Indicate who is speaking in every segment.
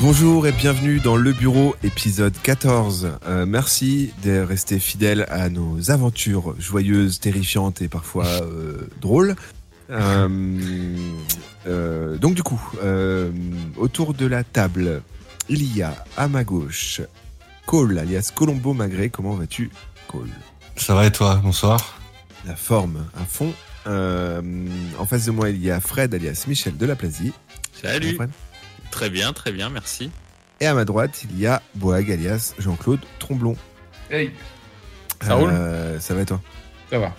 Speaker 1: Bonjour et bienvenue dans Le Bureau, épisode 14. Euh, merci de rester fidèle à nos aventures joyeuses, terrifiantes et parfois euh, drôles. Euh, euh, donc du coup, euh, autour de la table, il y a à ma gauche Cole, alias Colombo Magré. Comment vas-tu, Cole
Speaker 2: Ça va et toi Bonsoir.
Speaker 1: La forme à fond. Euh, en face de moi, il y a Fred, alias Michel de la Plasie.
Speaker 3: Salut. Très bien, très bien, merci.
Speaker 1: Et à ma droite, il y a Boag, alias Jean-Claude Tromblon.
Speaker 4: Hey, Ça roule
Speaker 1: Ça va et toi
Speaker 4: ça va.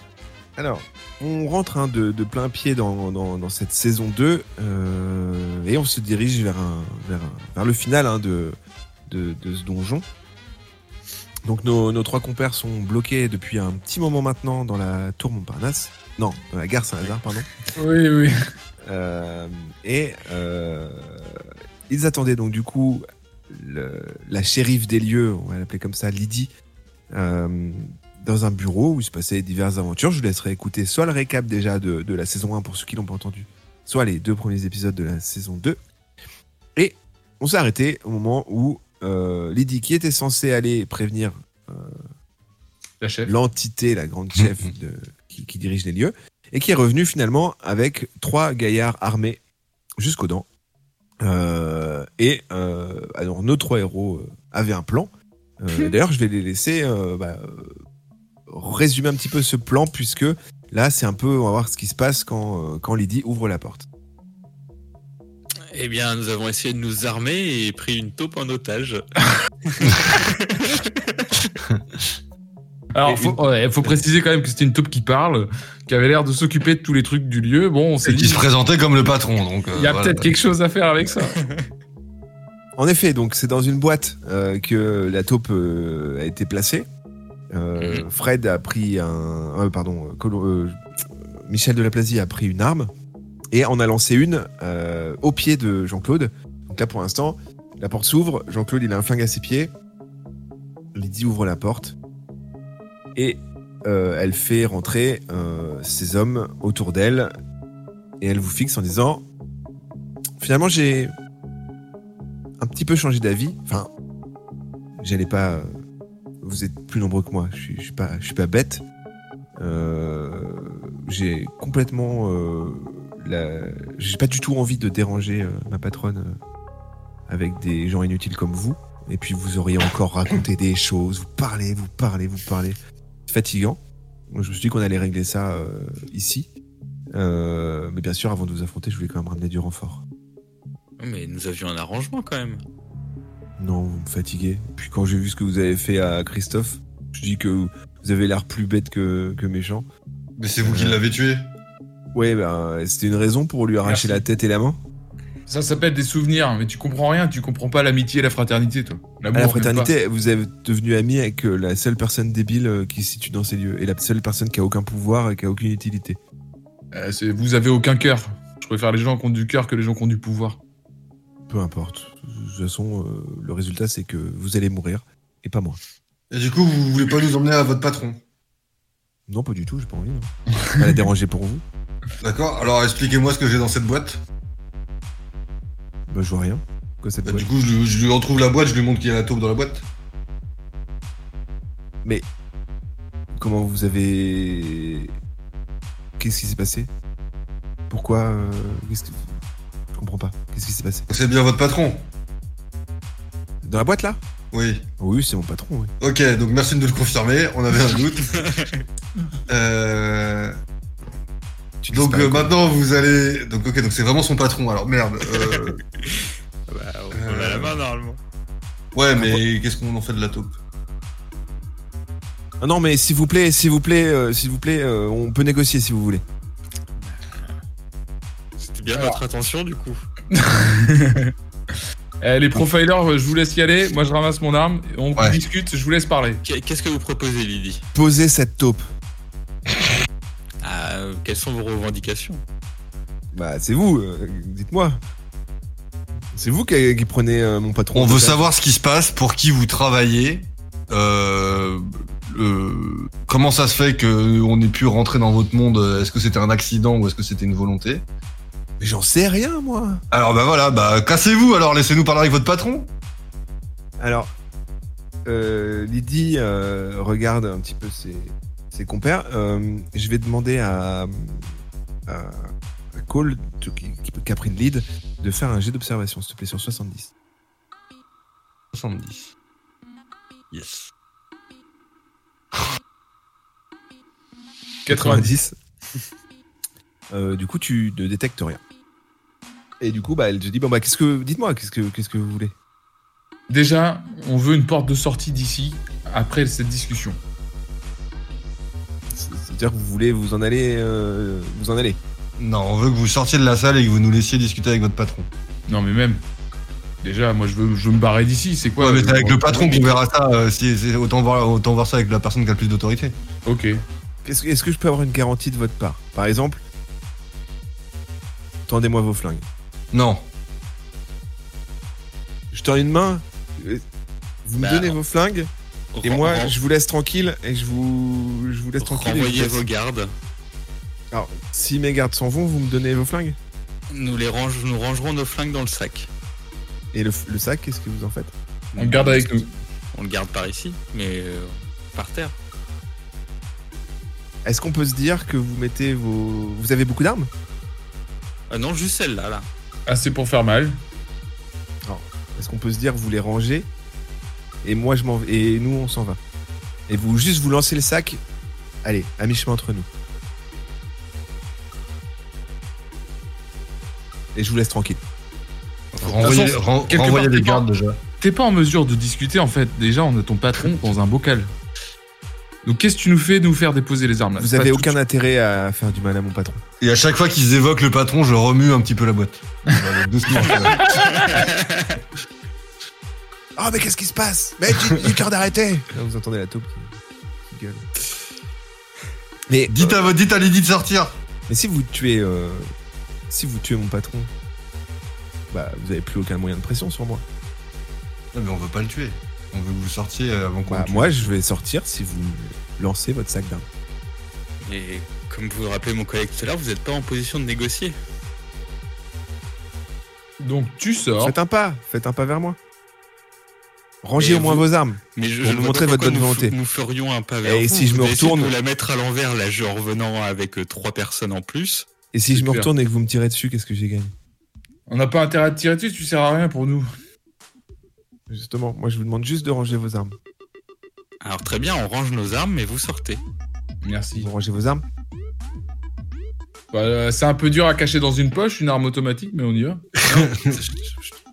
Speaker 1: Alors, on rentre hein, de, de plein pied dans, dans- dans cette saison 2 euh, et on se dirige vers, un- vers, un- vers le final hein, de, de, de ce donjon. Donc nos, nos trois compères sont bloqués depuis un petit moment maintenant dans la tour Montparnasse. Non, dans la gare Saint-Lazare, pardon.
Speaker 4: Oui, oui.
Speaker 1: Euh, et euh, ils attendaient donc du coup le- la shérif des lieux, on va l'appeler comme ça, Lydie, euh, dans un bureau où il se passait diverses aventures. Je vous laisserai écouter soit le récap déjà de, de la saison 1 pour ceux qui l'ont pas entendu, soit les deux premiers épisodes de la saison 2. Et on s'est arrêté au moment où euh, Lydie, qui était censée aller prévenir
Speaker 4: La chef.
Speaker 1: l'entité, la grande chef de, qui, qui dirige les lieux, et qui est revenu finalement avec trois gaillards armés jusqu'aux dents. Euh, et euh, alors nos trois héros euh, avaient un plan. Euh, et D'ailleurs, je vais les laisser euh, bah, euh, résumer un petit peu ce plan, puisque là, c'est un peu, on va voir ce qui se passe quand, euh, quand Lydie ouvre la porte.
Speaker 3: Eh bien, nous avons essayé de nous armer et pris une taupe en otage.
Speaker 4: Alors,
Speaker 1: Et
Speaker 4: faut, ouais, faut préciser quand même que c'était une taupe qui parle, qui avait l'air de s'occuper de tous les trucs du lieu. Bon, on s'est
Speaker 2: C'est qui
Speaker 4: dit,
Speaker 2: se présentait comme le patron. Donc, euh,
Speaker 4: il y a peut-être quelque chose à faire avec ça.
Speaker 1: En effet, donc c'est dans une boîte euh, que la taupe euh, a été placée. Euh, Fred a pris un, euh, pardon, euh, Colo- euh, Michel de la Plasie a pris une arme et en a lancé une euh, au pied de Jean-Claude. Donc là, pour l'instant, la porte s'ouvre. Jean-Claude, il a un flingue à ses pieds. Lydie ouvre la porte et euh, elle fait rentrer euh, ses hommes autour d'elle et elle vous fixe en disant finalement j'ai un petit peu changé d'avis. Enfin, j'allais pas. euh, Vous êtes plus nombreux que moi. Je suis, je suis pas, je suis pas bête. Euh, j'ai complètement. euh, la... J'ai pas du tout envie de déranger euh, ma patronne euh, avec des gens inutiles comme vous. Et puis vous auriez encore raconté des choses. Vous parlez, vous parlez, vous parlez. C'est fatigant. Moi, Je me suis dit qu'on allait régler ça euh, ici. Euh, mais bien sûr, avant de vous affronter, je voulais quand même ramener du renfort.
Speaker 3: Mais nous avions un arrangement quand même.
Speaker 1: Non, vous me fatiguez. Puis quand j'ai vu ce que vous avez fait à Christophe, je dis que vous avez l'air plus bête que, que méchant.
Speaker 2: Mais c'est vous qui l'avez tué.
Speaker 1: Ouais, ben, c'était une raison pour lui arracher
Speaker 4: Merci.
Speaker 1: la tête et la main
Speaker 4: Ça s'appelle des souvenirs, mais tu comprends rien, tu comprends pas l'amitié et la fraternité, toi. L'amour,
Speaker 1: À la
Speaker 4: même pas.
Speaker 1: fraternité, vous êtes devenu ami avec euh, la seule personne débile euh, qui se situe dans ces lieux et la seule personne qui a aucun pouvoir et qui a aucune utilité.
Speaker 4: Euh, c'est- vous avez aucun cœur. Je préfère les gens qui ont du cœur que les gens qui ont du pouvoir.
Speaker 1: Peu importe. De toute façon, euh, le résultat, c'est que vous allez mourir et pas moi.
Speaker 2: Et du coup, vous voulez pas nous emmener à votre patron.
Speaker 1: Non, pas du tout, j'ai pas envie. non. Je vais pas la déranger pour vous.
Speaker 2: D'accord Alors expliquez-moi ce que j'ai dans cette boîte.
Speaker 1: Bah, je vois rien. Quoi, cette
Speaker 2: Bah,
Speaker 1: boîte
Speaker 2: Du coup, je, lui- je lui retrouve la boîte, je lui montre qu'il y a la taupe dans la boîte.
Speaker 1: Comment vous avez. Qu'est-ce qui s'est passé Pourquoi. euh, qu'est-ce que- Je comprends pas. Qu'est-ce qui s'est passé
Speaker 2: C'est bien votre patron
Speaker 1: Dans la boîte là
Speaker 2: Oui.
Speaker 1: Oui, c'est mon patron, oui.
Speaker 2: Ok, donc merci de nous le confirmer, on avait un doute. euh...
Speaker 1: Tu dis
Speaker 2: Donc
Speaker 1: pas,
Speaker 2: euh,
Speaker 1: quoi.
Speaker 2: maintenant vous allez. Donc ok, donc c'est vraiment son patron, alors merde. euh,
Speaker 3: Ah bah, on
Speaker 2: on
Speaker 4: Euh.
Speaker 2: a
Speaker 3: a
Speaker 2: la
Speaker 3: la main normalement.
Speaker 2: Ouais, mais qu'est-ce qu'on en fait de la taupe
Speaker 1: Ah non, mais s'il vous plaît, s'il vous plaît, euh, s'il vous plaît, euh, on peut négocier si vous voulez.
Speaker 3: C'était bien
Speaker 4: Alors.
Speaker 3: notre attention du coup.
Speaker 4: Eh, les profilers, euh, je vous laisse y aller. Moi, je ramasse mon arme. On
Speaker 2: Ouais.
Speaker 4: discute, je vous laisse parler.
Speaker 3: Qu'est- Qu'est-ce que vous proposez, Lydie
Speaker 1: Posez cette taupe.
Speaker 3: Ah, euh, Quelles sont vos revendications
Speaker 1: Bah, c'est vous, euh, dites-moi. C'est vous qui, qui prenez euh, mon patron.
Speaker 2: On veut
Speaker 1: peut-être.
Speaker 2: savoir ce qui se passe, pour qui vous travaillez, euh, euh, comment ça euh, se fait que on ait pu rentrer dans votre monde, est-ce que c'était un accident ou est-ce que c'était une volonté
Speaker 1: Mais j'en sais rien, moi.
Speaker 2: Alors bah voilà, bah cassez-vous alors, laissez-nous parler avec votre patron.
Speaker 1: Alors, euh, Lydie euh, regarde un petit peu ses, ses compères. Euh, je vais demander à, à, à Cole, tu- qui, qui- qui a pris le lead, de faire un jet d'observation, s'il te plaît, sur 70.
Speaker 2: 70. Yes.
Speaker 1: 90. Euh, du coup, tu ne détectes rien. Et du coup, bah, elle te dit, bon, bah, qu'est-ce que, dites-moi, qu'est-ce que, qu'est-ce que vous voulez
Speaker 4: Déjà, on veut une porte de sortie d'ici après cette discussion.
Speaker 1: C'est- C'est-à-dire que vous voulez vous en aller, euh, vous en aller.
Speaker 2: Non, on veut que vous sortiez de la salle et que vous nous laissiez discuter avec votre patron.
Speaker 4: Non, mais même. Déjà, moi, je veux, je veux me barrer d'ici. C'est quoi
Speaker 2: Ouais, mais c'est avec
Speaker 4: moi,
Speaker 2: le
Speaker 4: je-
Speaker 2: patron qu'on verra ça. euh, si, si- autant, voir, autant voir ça avec la personne qui a le plus d'autorité.
Speaker 4: Ok.
Speaker 1: Qu'est-ce que- Est-ce que je peux avoir une garantie de votre part Par exemple, tendez-moi vos flingues.
Speaker 2: Non.
Speaker 1: Je tends une main, euh, vous me
Speaker 3: Bah,
Speaker 1: donnez
Speaker 3: non.
Speaker 1: vos flingues, et
Speaker 3: Ren-
Speaker 1: moi,
Speaker 3: ren-
Speaker 1: je vous laisse tranquille, et je vous, je vous laisse tranquille. et je vous
Speaker 3: renvoyez
Speaker 1: laisse-
Speaker 3: vos gardes.
Speaker 1: Alors, si mes gardes s'en vont, vous me donnez vos flingues
Speaker 3: Nous les range- nous rangerons nos flingues dans le sac.
Speaker 1: Et le, f- le sac, qu'est-ce que vous en faites
Speaker 4: On le garde avec nous.
Speaker 3: On le garde par ici, mais euh, par terre.
Speaker 1: Est-ce qu'on peut se dire que vous mettez vos... Vous avez beaucoup d'armes
Speaker 3: Ah non, juste celle-là, là.
Speaker 4: Assez Ah, pour faire mal.
Speaker 1: Est-ce qu'on peut se dire vous les rangez Et moi, je m'en vais- Et nous, on s'en va. Et vous, juste, vous lancez le sac. Allez, à mi-chemin entre nous. Et je vous laisse tranquille.
Speaker 2: Renvoyez,
Speaker 4: façon,
Speaker 2: ren-
Speaker 4: quelque
Speaker 2: renvoyez
Speaker 4: part,
Speaker 2: les
Speaker 4: quelque part.
Speaker 2: gardes déjà.
Speaker 4: T'es pas en mesure de discuter, en fait. Déjà, on a ton patron dans un bocal. Donc, qu'est-ce que tu nous fais de nous faire déposer les armes là
Speaker 1: Vous
Speaker 4: C'est pas
Speaker 1: avez
Speaker 4: tout de
Speaker 1: aucun intérêt à faire du mal à mon patron.
Speaker 2: Et à chaque fois qu'ils évoquent le patron, je remue un petit peu la boîte. Voilà, Doucement. voilà.
Speaker 1: Oh, mais qu'est-ce qui se passe Mais dites-leur d'arrêter Là, vous entendez la taupe qui, qui gueule. Mais,
Speaker 2: dites, à, vo- dites à Lydie de sortir.
Speaker 1: mais si vous tuez. euh, si vous tuez mon patron, bah, vous avez plus aucun moyen de pression sur moi.
Speaker 2: Non, mais on veut pas le tuer. On veut que vous sortiez euh, avant qu'on.
Speaker 1: Bah,
Speaker 2: le tue.
Speaker 1: moi, je vais sortir si vous lancez votre sac d'armes.
Speaker 3: Et comme vous le rappelez mon collègue tout à l'heure, vous n'êtes pas en position de négocier.
Speaker 4: suite. Donc, tu sors.
Speaker 1: Faites un pas, faites un pas vers moi. Rangez
Speaker 3: Et
Speaker 1: au moins
Speaker 3: vous-
Speaker 1: vos armes.
Speaker 3: Mais je,
Speaker 1: Pour
Speaker 3: je
Speaker 1: nous
Speaker 3: vois
Speaker 1: montrer
Speaker 3: pas
Speaker 1: votre bonne
Speaker 3: pourquoi nous f-
Speaker 1: volonté.
Speaker 3: Nous ferions un pas vers
Speaker 1: Et
Speaker 3: vous.
Speaker 1: si je
Speaker 3: Vous
Speaker 1: me
Speaker 3: avez essayé de
Speaker 1: retourne-
Speaker 3: nous la mettre à l'envers, là, je en revenant avec euh, trois personnes en plus.
Speaker 1: Et si
Speaker 4: C'est
Speaker 1: je me
Speaker 4: clair.
Speaker 1: retourne et que vous me tirez dessus, qu'est-ce que j'ai gagné
Speaker 4: On n'a pas intérêt à te tirer dessus, tu sers à rien pour nous.
Speaker 1: Justement, moi je vous demande juste de ranger vos armes.
Speaker 3: Alors très bien, on range nos armes, mais vous sortez.
Speaker 4: Merci.
Speaker 1: Vous rangez vos armes
Speaker 4: Bah, euh, c'est un peu dur à cacher dans une poche, une arme automatique, mais on y va.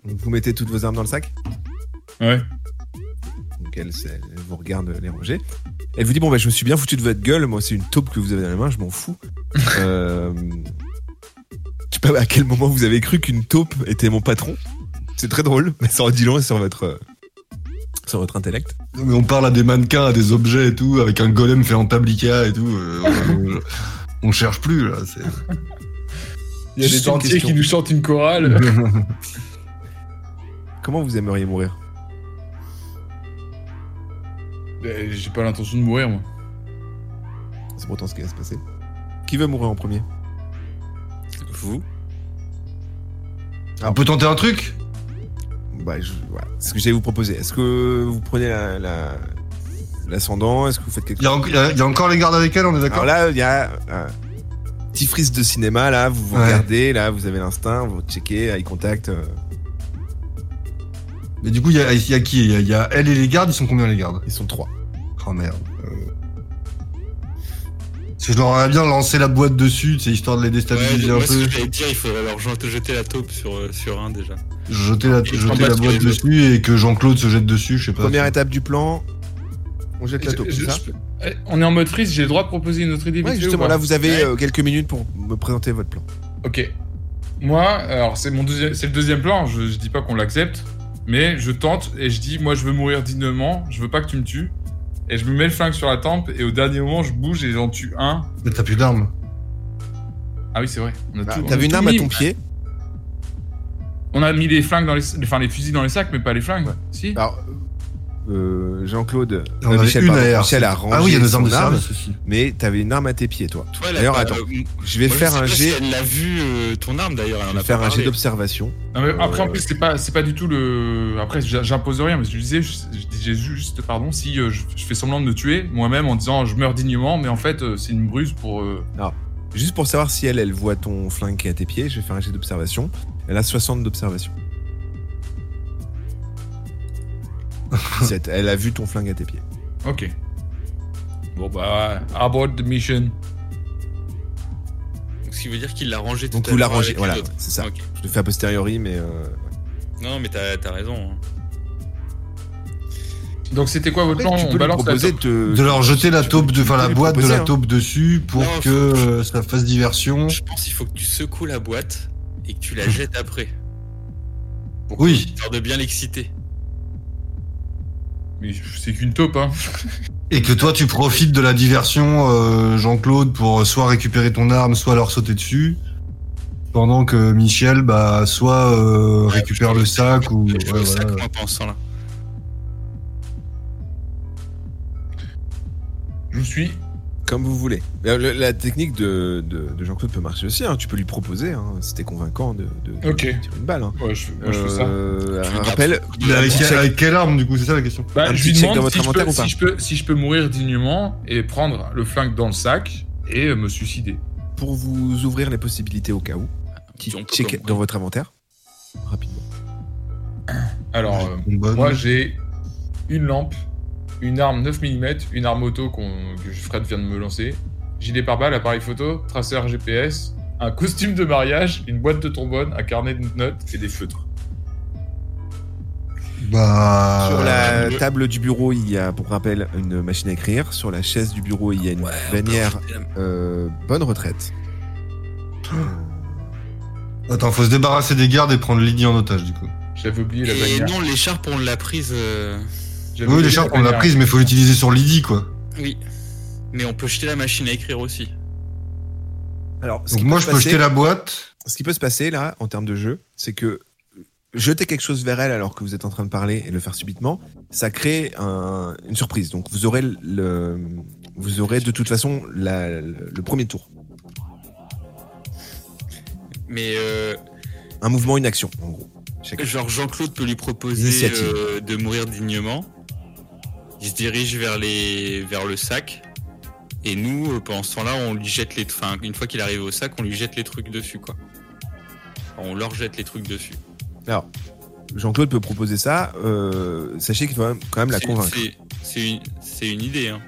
Speaker 1: Vous mettez toutes vos armes dans le sac
Speaker 4: Ouais.
Speaker 1: Donc elle, c'est- elle vous regarde les ranger. Elle vous dit Bon, bah je me suis bien foutu de votre gueule. Moi, c'est une taupe que vous avez dans la main, je m'en fous. Euh, Je sais pas à quel moment vous avez cru qu'une taupe était mon patron. C'est très drôle, mais ça en dit long sur votre, euh, sur votre intellect.
Speaker 2: Non, mais on parle à des mannequins, à des objets et tout, avec un golem fait en tablica et tout. euh, on- on, on cherche plus là. c'est-
Speaker 4: Il y a
Speaker 1: Juste
Speaker 4: des
Speaker 1: une
Speaker 4: dentiers
Speaker 1: question.
Speaker 4: qui nous chantent une chorale.
Speaker 1: Comment vous aimeriez mourir
Speaker 4: Euh, J'ai pas l'intention de mourir, moi.
Speaker 1: C'est pourtant ce qui va se passer. Qui veut mourir en premier
Speaker 3: Vous
Speaker 1: Ah.
Speaker 2: on peut tenter un truc
Speaker 1: Bah, je- voilà. C'est ce que j'allais vous proposer. Est-ce que vous prenez la- la- l'ascendant Est-ce que vous faites quelque
Speaker 2: Il y, a en- il y a- il y a encore les gardes avec elle, on est
Speaker 1: Alors
Speaker 2: d'accord
Speaker 1: là, il y a un petit frise de cinéma. Là, vous vous
Speaker 2: Ouais.
Speaker 1: regardez. Là, vous avez l'instinct. Vous checkez, eye contact. euh,
Speaker 2: Mais du coup, il y a, il y a qui Il y a- il y, a elle et les gardes, ils sont combien les gardes
Speaker 1: ils sont trois.
Speaker 2: Oh merde. Euh. Parce que je leur aurais bien lancé la boîte dessus, c'est histoire de les déstabiliser
Speaker 3: moi,
Speaker 2: un
Speaker 3: ce
Speaker 2: peu.
Speaker 3: que j'allais dire, il faudrait leur jet- jeter la taupe sur, euh, sur un déjà.
Speaker 2: Jeter la,
Speaker 3: je
Speaker 2: jeter
Speaker 3: prends
Speaker 2: la
Speaker 3: pas
Speaker 2: boîte
Speaker 3: sur les
Speaker 2: dessus et que Jean-Claude se jette dessus, je sais pas.
Speaker 1: Première étape du plan. On jette la taupe.
Speaker 4: Je-
Speaker 1: c'est
Speaker 4: je-
Speaker 1: ça
Speaker 4: je- Eh, on est en mode freeze, j'ai le droit de proposer une autre idée.
Speaker 1: Ouais,
Speaker 4: vite fait ou
Speaker 1: justement.
Speaker 4: pas Eh,
Speaker 1: Là, vous avez
Speaker 4: Ouais.
Speaker 1: euh, quelques minutes pour me présenter votre plan.
Speaker 4: Ok. Moi, alors c'est mon deuxième, c'est le deuxième plan. Je, je dis pas qu'on l'accepte, mais je tente et je dis, moi, je veux mourir dignement. Je veux pas que tu me tues. Et je me mets le flingue sur la tempe et au dernier moment, je bouge et j'en tue un.
Speaker 2: Mais t'as plus d'armes.
Speaker 4: Ah oui, c'est vrai. On a
Speaker 1: Bah,
Speaker 4: tout- on a
Speaker 1: T'avais une
Speaker 4: tout
Speaker 1: arme à
Speaker 4: mis.
Speaker 1: ton pied.
Speaker 4: On a mis les flingues dans les, enfin les fusils dans les sacs, mais pas les flingues.
Speaker 1: Ouais. Bah,
Speaker 4: Si.
Speaker 1: Alors, euh, Jean-Claude,
Speaker 2: On
Speaker 1: euh,
Speaker 2: avait
Speaker 1: Michel,
Speaker 2: une
Speaker 1: pardon,
Speaker 2: AR.
Speaker 1: Michel a rangé
Speaker 2: Ah oui, il y a des armes de
Speaker 1: son arme,
Speaker 2: service aussi.
Speaker 1: mais t'avais une arme à tes pieds, toi.
Speaker 3: Toi, elle a
Speaker 1: D'ailleurs,
Speaker 3: pas-
Speaker 1: attends,
Speaker 3: euh,
Speaker 1: je vais
Speaker 3: moi,
Speaker 1: faire
Speaker 3: sais
Speaker 1: un
Speaker 3: pas si
Speaker 1: jet,
Speaker 3: elle l'a vu, euh, ton arme d'ailleurs. elle
Speaker 1: je
Speaker 3: en a
Speaker 1: vais
Speaker 3: pas
Speaker 1: faire un jet
Speaker 3: parlé.
Speaker 1: d'observation.
Speaker 4: Non, mais après, en
Speaker 1: Euh.
Speaker 4: plus, c'est pas, c'est pas du tout le. Après, j'a- j'impose rien, mais je disais, je, je dis j'ai juste, pardon, si euh, je, je fais semblant de me tuer moi-même en disant je meurs dignement, mais en fait, euh, c'est une bruse pour. euh,
Speaker 1: Juste pour savoir si elle, elle voit ton flingue qui est à tes pieds, je vais faire un jet d'observation. Elle a 60 d'observation. 17. Elle a vu ton flingue à tes pieds.
Speaker 4: Ok. Bon, bah, abort the mission.
Speaker 3: Donc, ce qui veut dire qu'il l'a rangé tout
Speaker 1: Donc,
Speaker 3: à
Speaker 1: vous la
Speaker 3: l'heure
Speaker 1: rangez,
Speaker 3: avec
Speaker 1: voilà,
Speaker 3: les autres.
Speaker 1: c'est ça.
Speaker 3: Ok.
Speaker 1: Je le fais a posteriori, mais euh,
Speaker 3: Non, mais t'as t'as raison. hein.
Speaker 4: Donc, c'était quoi votre
Speaker 1: Après,
Speaker 4: plan
Speaker 1: tu
Speaker 4: On
Speaker 1: peux lui
Speaker 4: balance la
Speaker 1: proposer de te-
Speaker 4: taupe.
Speaker 2: De leur jeter la
Speaker 1: tu
Speaker 2: taupe, de,
Speaker 1: peux
Speaker 2: enfin la
Speaker 1: lui
Speaker 2: boîte de
Speaker 1: proposer,
Speaker 2: la
Speaker 1: hein.
Speaker 2: taupe dessus pour
Speaker 3: Non,
Speaker 2: que
Speaker 3: faut-
Speaker 2: euh, ça fasse diversion.
Speaker 3: Je pense qu'il faut que tu secoues la boîte et que tu
Speaker 1: Hein
Speaker 3: la jettes après.
Speaker 2: Oui,
Speaker 3: Histoire de bien l'exciter.
Speaker 4: Mais je- c'est qu'une taupe, hein.
Speaker 2: et que toi tu profites de la diversion, euh, Jean-Claude, pour soit récupérer ton arme, soit leur sauter dessus. Pendant que Michel, bah, soit euh, récupère le sac ou.
Speaker 3: Je
Speaker 2: ouais,
Speaker 3: joue au sac,
Speaker 2: voilà.
Speaker 3: moi, pensant là.
Speaker 4: Je suis.
Speaker 1: Comme vous voulez. La, la- la technique de, de- de Jean-Claude peut marcher aussi. hein. Tu peux lui proposer. Hein. C'était convaincant de, de, de
Speaker 4: Ok.
Speaker 1: tirer une balle. Hein.
Speaker 4: Ouais, je, moi, je fais ça.
Speaker 1: Euh,
Speaker 3: Tu
Speaker 1: un rappel.
Speaker 2: Mais avec,
Speaker 1: Check.
Speaker 2: avec quelle arme, du coup, c'est ça la question
Speaker 4: Bah,
Speaker 1: un
Speaker 4: je
Speaker 1: petit
Speaker 4: lui
Speaker 1: check
Speaker 4: demande
Speaker 1: dans votre
Speaker 4: si, je
Speaker 1: inventaire
Speaker 4: peux,
Speaker 1: ou pas
Speaker 4: si, je peux, si je peux mourir dignement et prendre le flingue dans le sac et euh, me suicider.
Speaker 1: pour vous ouvrir les possibilités au cas où. Petit
Speaker 3: On peut
Speaker 1: check
Speaker 3: comme-
Speaker 1: dans votre inventaire. Rapidement.
Speaker 4: Alors, euh,
Speaker 2: Une bonne.
Speaker 4: Moi, j'ai une lampe, une arme 9 mm, une arme auto qu'on- que Fred vient de me lancer, gilet pare-balles, appareil photo, traceur GPS, un costume de mariage, une boîte de trombone, un carnet de notes et des feutres.
Speaker 2: Bah.
Speaker 1: Sur la
Speaker 3: ouais.
Speaker 1: table du bureau, il y a, pour rappel, une machine à écrire. Sur la chaise du bureau, il y a une
Speaker 3: Ouais, on peut
Speaker 1: bannière
Speaker 3: rajouter la-
Speaker 1: euh, Bonne Retraite.
Speaker 2: Attends, faut se débarrasser des gardes et prendre Lydie en otage, du coup.
Speaker 4: J'avais oublié la
Speaker 3: Et
Speaker 4: bannière.
Speaker 3: non, l'écharpe, on l'a prise. euh,
Speaker 4: J'avais
Speaker 2: Oui,
Speaker 4: oublié
Speaker 2: l'écharpe,
Speaker 4: la
Speaker 2: on l'a
Speaker 4: bannière.
Speaker 2: prise, mais faut l'utiliser sur Lydie, quoi.
Speaker 3: Oui. Mais on peut jeter la machine à écrire aussi.
Speaker 1: Alors, ce
Speaker 2: Donc
Speaker 1: qui
Speaker 2: moi,
Speaker 1: peut
Speaker 2: je
Speaker 1: se
Speaker 2: peux
Speaker 1: passer-
Speaker 2: jeter la boîte.
Speaker 1: ce qui peut se passer là, en termes de jeu, c'est que jeter quelque chose vers elle alors que vous êtes en train de parler et le faire subitement, ça crée un- une surprise. Donc vous aurez le, vous aurez de toute façon la- le premier tour,
Speaker 3: Mais euh,
Speaker 1: un mouvement, une action, en gros. Chacun.
Speaker 3: genre Jean-Claude peut lui proposer
Speaker 1: Initiative.
Speaker 3: euh, de mourir dignement. Il se dirige vers les vers le sac. Et nous, euh, pendant ce temps-là, on lui jette les. Enfin, une fois qu'il arrive au sac, on lui jette les trucs dessus, quoi. Enfin, on leur jette les trucs dessus.
Speaker 1: Alors Jean-Claude peut proposer ça. euh, sachez qu'il faut quand même la
Speaker 3: C'est-
Speaker 1: convaincre.
Speaker 3: c'est- C'est une, c'est une idée. Hein.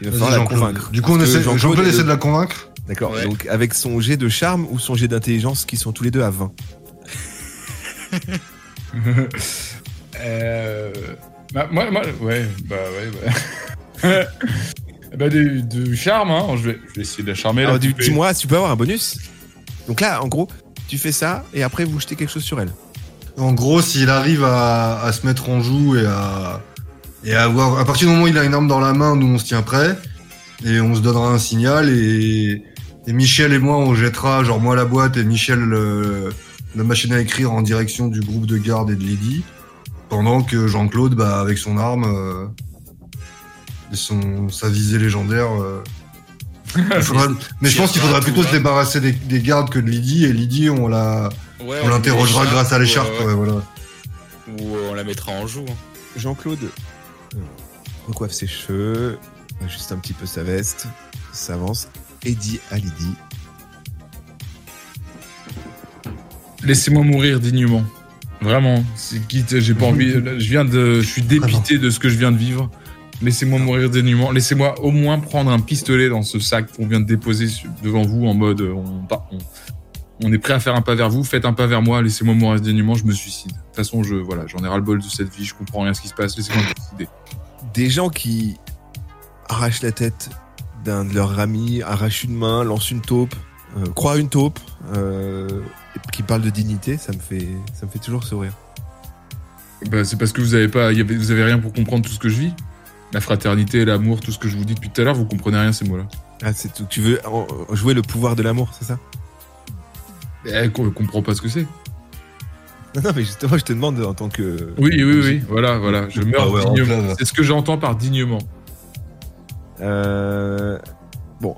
Speaker 1: Il va
Speaker 2: Vas-y,
Speaker 1: falloir la
Speaker 2: Jean-Claude.
Speaker 1: convaincre.
Speaker 2: Du coup, on
Speaker 1: Parce que
Speaker 2: essaie, Jean-Claude
Speaker 1: est
Speaker 2: essaie
Speaker 1: le-
Speaker 2: de la convaincre.
Speaker 1: D'accord.
Speaker 3: Ouais.
Speaker 1: Donc avec son jet de charme ou son jet d'intelligence qui sont tous les deux à 20.
Speaker 4: Euh, bah, moi, moi, ouais, bah ouais, bah. bah du, du charme, hein. Je vais, je vais essayer de la charmer.
Speaker 2: Ah,
Speaker 1: Alors,
Speaker 4: la
Speaker 1: du-
Speaker 4: poupée.
Speaker 1: dis-moi, si tu peux avoir un bonus. Donc là, en gros, tu fais ça et après vous jetez quelque chose sur elle.
Speaker 2: En gros, s'il arrive à, à se mettre en joue et à, et à avoir, à partir du moment où il a une arme dans la main, nous on se tient prêt et on se donnera un signal et, et Michel et moi on jettera, genre moi la boîte et Michel le- la machine à écrire en direction du groupe de garde et de Lydie, pendant que Jean-Claude, bah, avec son arme euh, et son sa visée légendaire. euh, il faudra- mais je pense qu'il faudra plutôt se débarrasser des, des gardes que de Lydie et Lydie on la,
Speaker 3: Ouais,
Speaker 2: on l'interrogera
Speaker 3: met
Speaker 2: grâce à l'écharpe,
Speaker 3: Ou, euh,
Speaker 2: ouais, voilà.
Speaker 3: ou, euh, on la mettra en joue. hein.
Speaker 1: Jean-Claude euh, recoiffe ses cheveux, ajuste un petit peu sa veste, s'avance et dit à Lydie
Speaker 4: Laissez-moi mourir dignement. Vraiment, c'est quitte, j'ai pas envie. là, Je viens de, je suis dépité de ce que je viens de vivre. Laissez-moi mourir dignement. Laissez-moi au moins prendre un pistolet dans ce sac qu'on vient de déposer su- devant vous en mode euh, on, part- on, on est prêt à faire un pas vers vous. Faites un pas vers moi. Laissez-moi mourir dignement. Je me suicide. De toute façon, je voilà, j'en ai ras le bol de cette vie. Je comprends rien à ce qui se passe. Laissez-moi me suicider.
Speaker 1: des gens qui arrachent la tête d'un de leurs amis, arrachent une main, lancent une taupe, euh, croient une taupe, euh, et qui parlent de dignité, ça me fait, ça me fait toujours sourire.
Speaker 4: Bah, c'est parce que vous avez pas, y avait- vous avez rien pour comprendre tout ce que je vis. La fraternité, l'amour, tout ce que je vous dis depuis tout à l'heure, vous comprenez rien à ces mots-là.
Speaker 1: Ah, c'est tout. Tu veux en- en jouer le pouvoir de l'amour, c'est ça
Speaker 4: Eh, qu'on comprend pas ce que c'est.
Speaker 1: Non, non, mais justement, je te demande en tant que.
Speaker 4: Oui, oui, oui, voilà, voilà. Je meurs
Speaker 2: Ah ouais, en
Speaker 4: dignement.
Speaker 2: plein, là.
Speaker 4: C'est ce que j'entends par dignement.
Speaker 1: Euh, bon.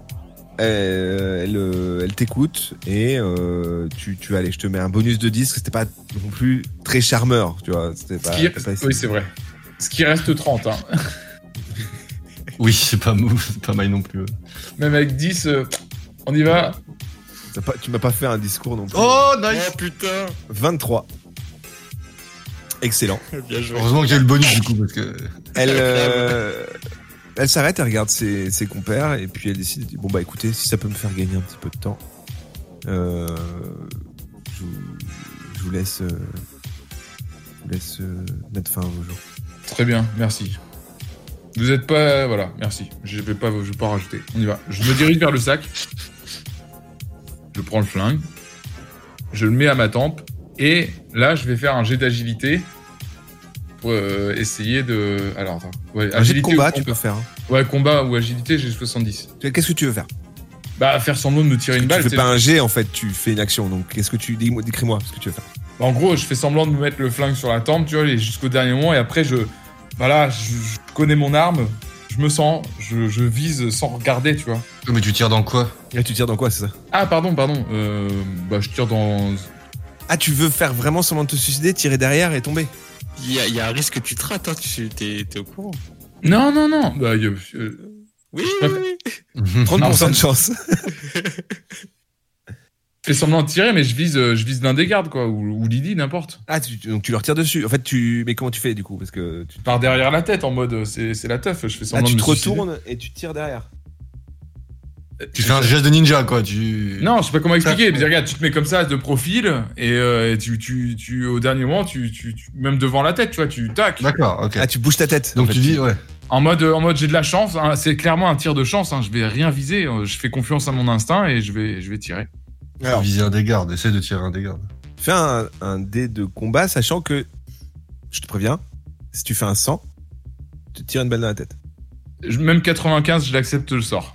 Speaker 1: Euh, elle euh, elle t'écoute et euh, tu, tu allez, je te mets un bonus de 10. C'était pas non plus très charmeur, tu vois. C'était
Speaker 4: Ce
Speaker 1: pas.
Speaker 4: qui-
Speaker 1: t'as Bah, pas essayé.
Speaker 4: Oui, c'est vrai. Ce qui reste 30. hein.
Speaker 2: Oui, c'est pas mou, c'est pas mal non plus.
Speaker 4: Même avec 10, euh, on y va.
Speaker 1: T'as pas- tu m'as pas fait un discours non plus.
Speaker 2: Oh,
Speaker 3: Oh putain
Speaker 1: 23. Excellent.
Speaker 3: Bien joué.
Speaker 2: Heureusement qu'il y a eu le bonus du coup, parce que.
Speaker 1: Elle, euh, elle s'arrête, elle regarde ses, ses compères et puis elle décide, elle dit, bon bah écoutez, si ça peut me faire gagner un petit peu de temps, euh, je, vous- je vous laisse, euh, je vous laisse euh, mettre fin à vos jours.
Speaker 4: Très bien, merci. Vous êtes pas. Voilà, merci. Je vais pas, je vais pas rajouter. On y va. Je me dirige vers le sac. Je prends le flingue. Je le mets à ma tempe. Et là, je vais faire un jet d'agilité pour euh, essayer de. Alors, attends. Ouais,
Speaker 1: Un jet de
Speaker 4: agilité
Speaker 1: combat,
Speaker 4: ou
Speaker 1: Ah, tu peux faire. hein.
Speaker 4: Ouais, combat ou agilité, j'ai 70.
Speaker 1: Qu'est-ce que tu veux faire
Speaker 4: Bah, faire semblant de me tirer une balle.
Speaker 1: Tu
Speaker 4: c'est-
Speaker 1: fais pas un jet en fait, tu fais une action. Donc qu'est-ce que tu dis Décris-moi ce que tu veux faire.
Speaker 4: Bah, en gros, je fais semblant de me mettre le flingue sur la tempe, tu vois, et jusqu'au dernier moment, et après, je. Voilà, je, je connais mon arme, je me sens, je, je vise sans regarder, tu vois.
Speaker 2: Oh, Mais tu tires dans quoi
Speaker 1: Là, tu tires dans quoi, c'est ça
Speaker 4: Ah, pardon, pardon, euh, bah, je tire dans.
Speaker 1: Ah, tu veux faire vraiment semblant de te suicider, tirer derrière et tomber
Speaker 3: Il y, a- il y a un risque que tu te rates, hein, tu- t'es t'es au courant.
Speaker 4: Non, non, non bah, y a- euh,
Speaker 3: Oui,
Speaker 4: Je
Speaker 3: oui,
Speaker 4: préfère-
Speaker 3: oui.
Speaker 1: 30%
Speaker 4: Non, ça-
Speaker 1: de chance.
Speaker 4: Je fais semblant de tirer, mais je vise, euh, je vise l'un des gardes, quoi, ou, ou Lily, n'importe.
Speaker 1: Ah, tu, tu- donc tu leur tires dessus. En fait, tu. Mais comment tu fais du coup Parce que tu,
Speaker 4: Par derrière la tête, en mode, euh, c'est c'est la teuf, je fais
Speaker 1: Ah,
Speaker 4: semblant
Speaker 1: tu
Speaker 4: de
Speaker 1: te
Speaker 4: me suicider.
Speaker 1: retournes et tu tires derrière.
Speaker 2: Tu fais un geste de ninja quoi, tu.
Speaker 4: Non, je sais pas comment expliquer. Mais regarde, tu te mets comme ça de profil et euh, tu, tu, tu, au dernier moment, tu, tu, tu- même devant la tête, tu vois, tu tac.
Speaker 2: D'accord, ok.
Speaker 1: Ah, tu bouges ta tête. en
Speaker 2: Donc
Speaker 1: fait.
Speaker 2: tu dis, ouais.
Speaker 4: En mode, en mode, j'ai de la chance. hein, c'est clairement un tir de chance. Hein, je vais rien viser. euh, Je fais confiance à mon instinct et je vais, je vais tirer.
Speaker 1: Alors,
Speaker 2: Viser un des gardes, essaie de tirer un des gardes.
Speaker 1: fais un, un dé de combat, sachant que, je te préviens, si tu fais un 100, tu te tires une balle dans la tête.
Speaker 4: Je- Même 95, je l'accepte le sort.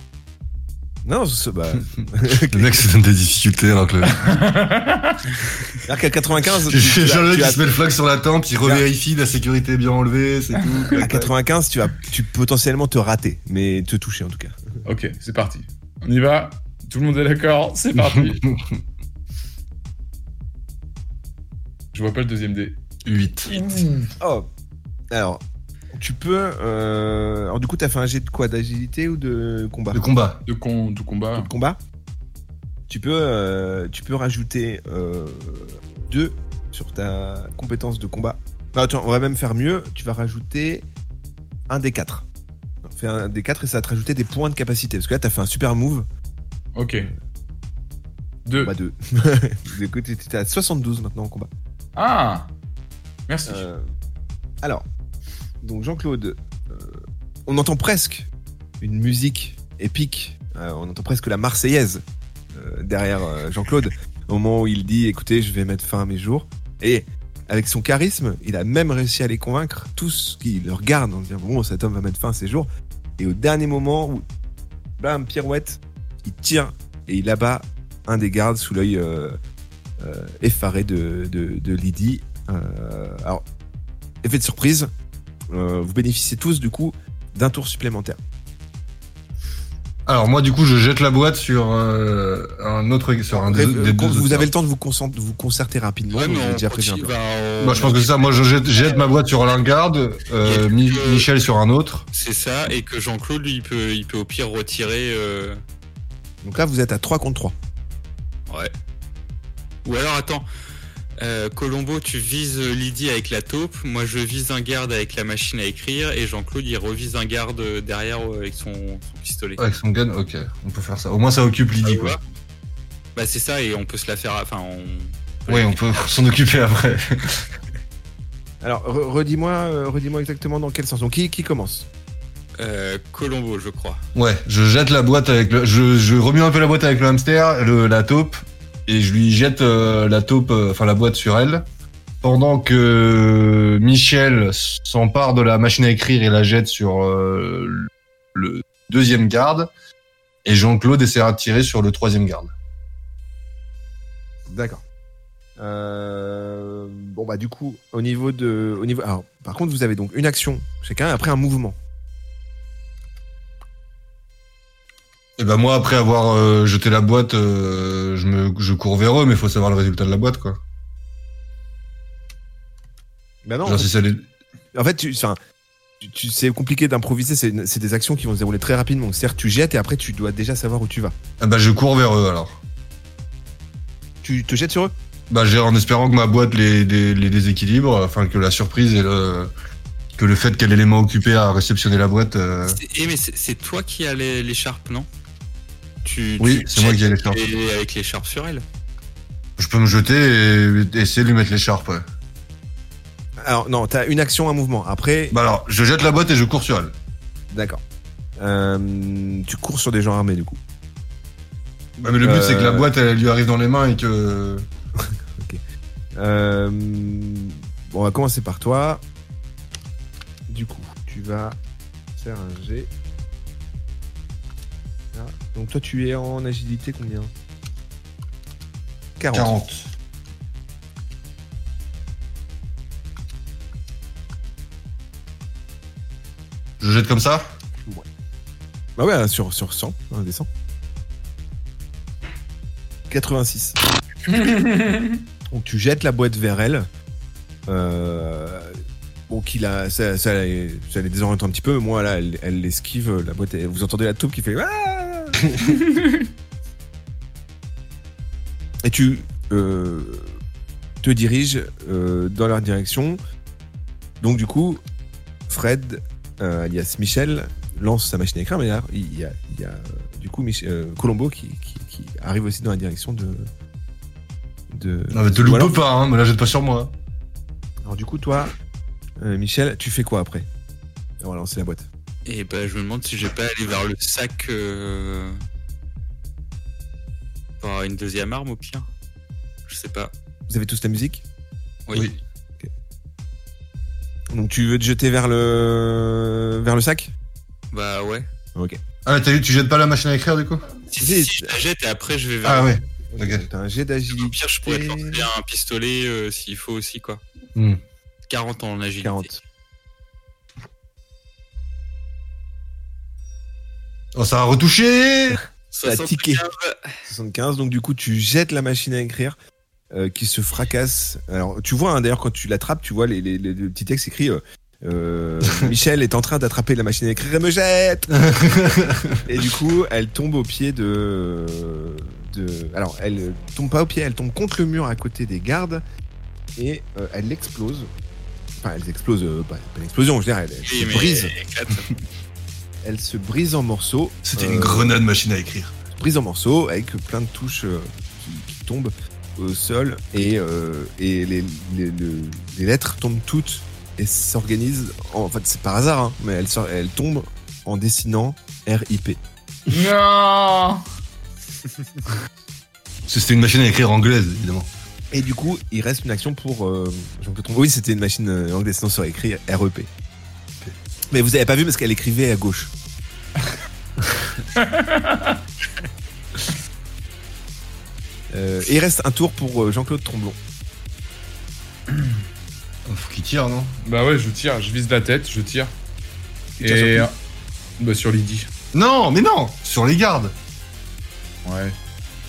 Speaker 1: Non, ce- bah,
Speaker 2: Le mec se donne des difficultés alors que le.
Speaker 1: alors qu'à 95, tu,
Speaker 2: Tu fais
Speaker 1: tu vas-
Speaker 2: genre
Speaker 1: tu
Speaker 2: le mec
Speaker 1: vas-
Speaker 2: qui se met le flag sur la tempe, il revérifie la sécurité est bien enlevée, c'est tout.
Speaker 1: à 95, tu vas, tu peux potentiellement te rater, mais te toucher en tout cas.
Speaker 4: Ok, c'est parti. On y va. Tout le monde est d'accord. C'est parti. je vois pas le deuxième dé.
Speaker 2: 8.
Speaker 1: Oh, alors, tu peux, euh, alors du coup, t'as fait un jet de quoi, d'agilité ou de combat
Speaker 2: Le combat.
Speaker 4: De, con, de combat.
Speaker 1: de combat, tu peux, euh, tu peux rajouter 2 sur ta compétence de combat. Non, attends, on va même faire mieux. Tu vas rajouter un des 4. Fais un des 4 et ça va te rajouter des points de capacité. Parce que là, t'as fait un super move.
Speaker 4: Ok. Deux.
Speaker 1: Bah, 2. du coup, t'es t'es à 72 maintenant en combat.
Speaker 4: Ah. Merci.
Speaker 1: Euh, alors, donc Jean-Claude, euh, on entend presque une musique épique, euh, on entend presque la Marseillaise euh, derrière euh, Jean-Claude, au moment où il dit écoutez, je vais mettre fin à mes jours. Et avec son charisme, il a même réussi à les convaincre, tous qui le regardent en disant bon, cet homme va mettre fin à ses jours. Et au dernier moment où, bam, pirouette, il tire et il abat un des gardes sous l'œil euh, euh, effaré de, de, de Lydie. Euh, alors, effet de surprise, euh, vous bénéficiez tous du coup d'un tour supplémentaire.
Speaker 2: Alors moi du coup je jette la boîte sur euh, un autre sur un
Speaker 1: Bref,
Speaker 2: des,
Speaker 1: euh,
Speaker 2: des
Speaker 1: quand
Speaker 2: deux
Speaker 1: vous
Speaker 2: autres.
Speaker 1: avez le temps de vous, concent- de vous concerter rapidement.
Speaker 3: Ouais,
Speaker 1: vous
Speaker 3: mais
Speaker 1: avez
Speaker 3: on
Speaker 1: déjà prévu un
Speaker 3: continue,
Speaker 1: peu.
Speaker 3: bah, on-
Speaker 2: Moi je pense que c'est ça moi je jette, jette ma boîte sur un garde, euh, Mi- Michel sur un autre.
Speaker 3: C'est ça, et que Jean-Claude, lui, il peut, il peut au pire retirer. euh,
Speaker 1: Donc là, vous êtes à 3 contre 3.
Speaker 3: Ouais. Ou alors, attends. Euh, Colombo, tu vises Lydie avec la taupe, moi je vise un garde avec la machine à écrire, et Jean-Claude il revise un garde derrière euh, avec son, son pistolet.
Speaker 2: Avec son gun, ok, on peut faire ça. Au moins ça occupe Lydie
Speaker 3: Ah,
Speaker 2: quoi.
Speaker 3: voilà. Bah c'est ça, et on peut se la faire. Enfin, on.
Speaker 2: Oui, on peut s'en occuper après.
Speaker 1: Alors, re- redis-moi euh, redis-moi exactement dans quel sens. Donc, qui, qui commence
Speaker 3: Euh, Colombo, je crois.
Speaker 2: Ouais, je jette la boîte avec le. Je, je remue un peu la boîte avec le hamster, le, la taupe, et je lui jette euh, la taupe, euh, enfin la boîte sur elle. Pendant que Michel s'empare de la machine à écrire et la jette sur euh, le deuxième garde, et Jean-Claude essaiera de tirer sur le troisième garde.
Speaker 1: D'accord. Euh, bon, Bon, bah, du coup, au niveau de. Au niveau... Alors, par contre, vous avez donc une action chacun, après un mouvement.
Speaker 2: Et ben moi, après avoir euh, jeté la boîte, euh, je, me, je cours vers eux, mais faut savoir le résultat de la boîte, quoi.
Speaker 1: Bah, non.
Speaker 2: Genre, si ça les-
Speaker 1: En fait, tu, enfin, tu- tu- c'est compliqué d'improviser, c'est une- c'est des actions qui vont se dérouler très rapidement. C'est-à-dire, que tu jettes et après, tu dois déjà savoir où tu vas.
Speaker 2: Ah bah, je cours vers eux, alors.
Speaker 1: Tu te jettes sur eux
Speaker 2: Bah, j'ai, en espérant que ma boîte les, les, les déséquilibre, enfin, que la surprise et le, que le fait qu'elle ait les mains occupées à réceptionner la boîte. euh,
Speaker 3: C'est- eh, mais c'est c'est toi qui as les- l'écharpe, non tu,
Speaker 2: Oui,
Speaker 3: tu
Speaker 2: c'est moi qui ai
Speaker 3: jettes
Speaker 2: l'écharpe.
Speaker 3: les- Avec l'écharpe sur elle.
Speaker 2: Je peux me jeter et, et essayer de lui mettre l'écharpe, ouais.
Speaker 1: Alors, non, t'as une action, un mouvement. Après,
Speaker 2: Bah, alors, je jette la boîte et je cours sur elle.
Speaker 1: d'accord. Euh, tu cours sur des gens armés, du coup.
Speaker 2: Ouais, Ben, mais le but,
Speaker 1: Euh,
Speaker 2: c'est que la boîte, elle lui arrive dans les mains et que.
Speaker 1: Euh, bon, on va commencer par toi. Du coup, tu vas faire un G. Donc toi, tu es en agilité combien 40.
Speaker 2: 40. Je jette comme ça
Speaker 1: Bah ouais, sur, sur 100, hein, des 100. 86. Donc tu jettes la boîte vers elle. Euh, bon, qu'il a, ça, ça, la- ça les désoriente un petit peu, mais moi, là, elle, elle l'esquive. euh, La boîte, elle- vous entendez la taupe qui fait. Ah Et tu euh, te diriges euh, dans leur direction. Donc, du coup, Fred, euh, alias Michel, lance sa machine à écrire, mais là, il y a, il y a, euh, du coup Mich- euh, Colombo qui, qui, qui arrive aussi dans la direction de. de
Speaker 2: Non, mais te
Speaker 1: ou
Speaker 2: loupe
Speaker 1: alors-
Speaker 2: pas, hein, mais la jette pas sur moi.
Speaker 1: alors du coup, toi, euh, Michel, tu fais quoi après On va lancer la boîte.
Speaker 3: Et ben, je me demande si je vais pas aller vers le sac. Euh... par une deuxième arme au pire. Je sais pas.
Speaker 1: Vous avez tous la musique
Speaker 3: Oui.
Speaker 2: Oui.
Speaker 1: Donc tu veux te jeter vers le vers le sac
Speaker 3: Bah ouais.
Speaker 2: Ah, t'as vu, tu jettes pas la machine à écrire du coup
Speaker 3: Si,
Speaker 1: Si,
Speaker 3: si, je la jette et après je vais vers.
Speaker 2: Ah ouais.
Speaker 1: Ok, T'as un jet
Speaker 3: Au
Speaker 1: d'agilité
Speaker 3: pire, je pourrais te lancer un pistolet euh, s'il faut aussi, quoi.
Speaker 2: Hmm.
Speaker 3: 40 en agilité.
Speaker 1: 40.
Speaker 2: Oh, ça a retouché
Speaker 1: a
Speaker 3: 75.
Speaker 1: tiqué. 75. Donc du coup, tu jettes la machine à écrire euh, qui se fracasse. Alors tu vois, hein, d'ailleurs, quand tu l'attrapes, tu vois les, les, les- le petit texte écrit. euh, euh, Michel est en train d'attraper la machine à écrire et me jette. et du coup, elle tombe au pied de, de. Alors, elle tombe pas au pied, elle tombe contre le mur à côté des gardes et euh, elle explose. Enfin, elle explose. euh, pas, pas une explosion, je veux dire, elle, elle
Speaker 3: Oui,
Speaker 1: se
Speaker 3: mais
Speaker 1: brise.
Speaker 3: éclate.
Speaker 1: Elle se brise en morceaux.
Speaker 2: C'était
Speaker 1: Euh,
Speaker 2: une grenade machine à écrire.
Speaker 1: prise en morceaux avec plein de touches euh, qui, qui tombent au sol et, euh, et les, les- le- les lettres tombent toutes et s'organisent. En, en fait, c'est par hasard, hein, mais elles, sor- elles tombent en dessinant RIP.
Speaker 4: Non
Speaker 2: C'était une machine à écrire anglaise, évidemment.
Speaker 1: Et du coup, il reste une action pour. euh, je me trompe. Oui, c'était une machine euh, anglaise, sinon ça aurait écrit REP. Mais vous avez pas vu parce qu'elle écrivait à gauche. Euh, et il reste un tour pour euh, Jean-Claude Tromblon.
Speaker 2: Oh, Faut qu'il tire, non
Speaker 4: Bah ouais, je tire, je vise la tête, je tire.
Speaker 1: Tu tires sur
Speaker 4: Et.
Speaker 1: qui
Speaker 4: Bah sur Lydie.
Speaker 2: Non, mais non Sur les gardes
Speaker 4: Ouais.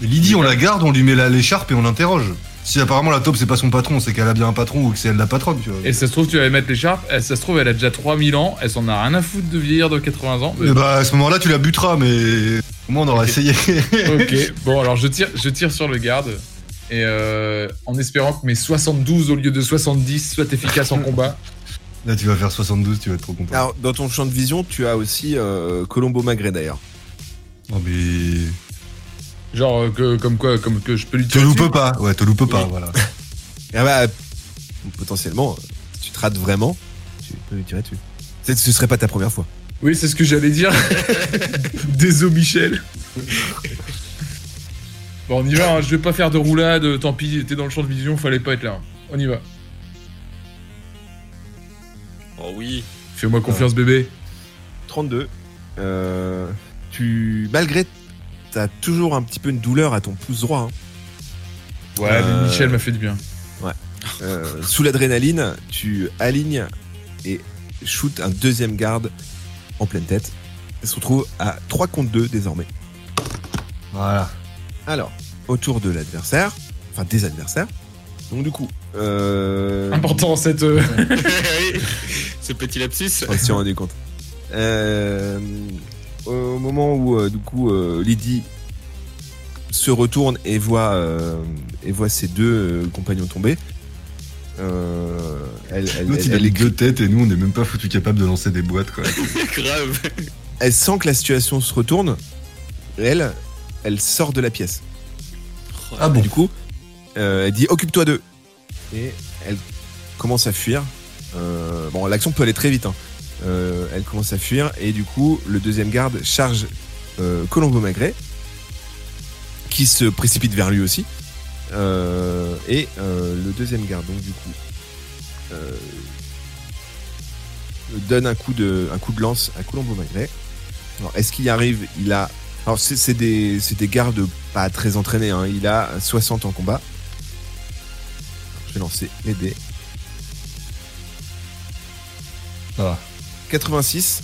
Speaker 2: Mais Lydie, on la garde, on lui met la- l'écharpe et on l'interroge. Si apparemment la taupe, c'est pas son patron, c'est qu'elle a bien un patron ou que c'est elle la patronne, tu vois.
Speaker 4: Et ça se trouve, tu vas mettre l'écharpe, elle- ça se trouve, elle a déjà 3000 ans, elle s'en a rien à foutre de vieillir de 80 ans.
Speaker 2: Et bah, à ce moment-là, tu la buteras, mais au moins on aura essayé.
Speaker 4: ok, bon, alors je tire, je tire sur le garde. Et euh, en espérant que mes 72 au lieu de 70 soient efficaces en combat.
Speaker 2: Là, tu vas faire 72, tu vas être trop content.
Speaker 1: Alors, dans ton champ de vision, tu as aussi euh, Colombo Magret d'ailleurs.
Speaker 2: Non, mais.
Speaker 4: Genre euh, que, comme quoi, comme que je peux lui
Speaker 2: Te
Speaker 4: tirer dessus.
Speaker 2: loupe pas, ouais, te loupe pas, voilà.
Speaker 1: Ah bah, potentiellement, si tu te rates vraiment, tu peux lui tirer dessus. C'est- Ce serait pas ta première fois.
Speaker 4: Oui, c'est ce que j'allais dire. Désolé, Michel. Bon, on y va, hein, je vais pas faire de roulade, tant pis, t'es dans le champ de vision, fallait pas être là. hein. On y va.
Speaker 3: Oh oui.
Speaker 4: Fais-moi confiance, bébé.
Speaker 1: 32. Euh, tu, malgré, t'as toujours un petit peu une douleur à ton pouce droit. hein.
Speaker 4: Ouais,
Speaker 1: Euh,
Speaker 4: mais Michel m'a fait du bien.
Speaker 1: Euh, sous l'adrénaline, tu alignes et shoot un deuxième garde en pleine tête. Elle se retrouve à 3 contre 2 désormais.
Speaker 2: Voilà.
Speaker 1: Alors, autour de l'adversaire, enfin des adversaires. Donc du coup, euh,
Speaker 4: Important cette. euh,
Speaker 3: Oui, Ce petit lapsus.
Speaker 1: on s'y est rendu compte. Euh, au moment où euh, du coup euh, Lydie se retourne et voit euh, et voit ses deux euh, compagnons tomber, euh, elle, elle-
Speaker 2: L'autre,
Speaker 1: elle-
Speaker 2: il a
Speaker 1: elle
Speaker 2: les
Speaker 1: crie-
Speaker 2: deux têtes et nous, on n'est même pas foutu capable de lancer des boîtes, quoi.
Speaker 3: Grave.
Speaker 1: elle sent que la situation se retourne. Et elle, elle sort de la pièce.
Speaker 2: Ah bon
Speaker 1: Et du coup, euh, elle dit occupe-toi d'eux. Et elle commence à fuir. Euh, bon, l'action peut aller très vite. hein. Euh, elle commence à fuir et du coup, le deuxième garde charge euh, Colombo Magret, qui se précipite vers lui aussi. Euh, et euh, le deuxième garde, donc du coup, euh, donne un coup de, un coup de lance à Colombo Magret. Alors, est-ce qu'il y arrive Il a. Alors, c'est c'est des, c'est des gardes pas très entraînés. hein. Il a 60 en combat. Je vais lancer les dés.
Speaker 2: Ça va.
Speaker 1: 86.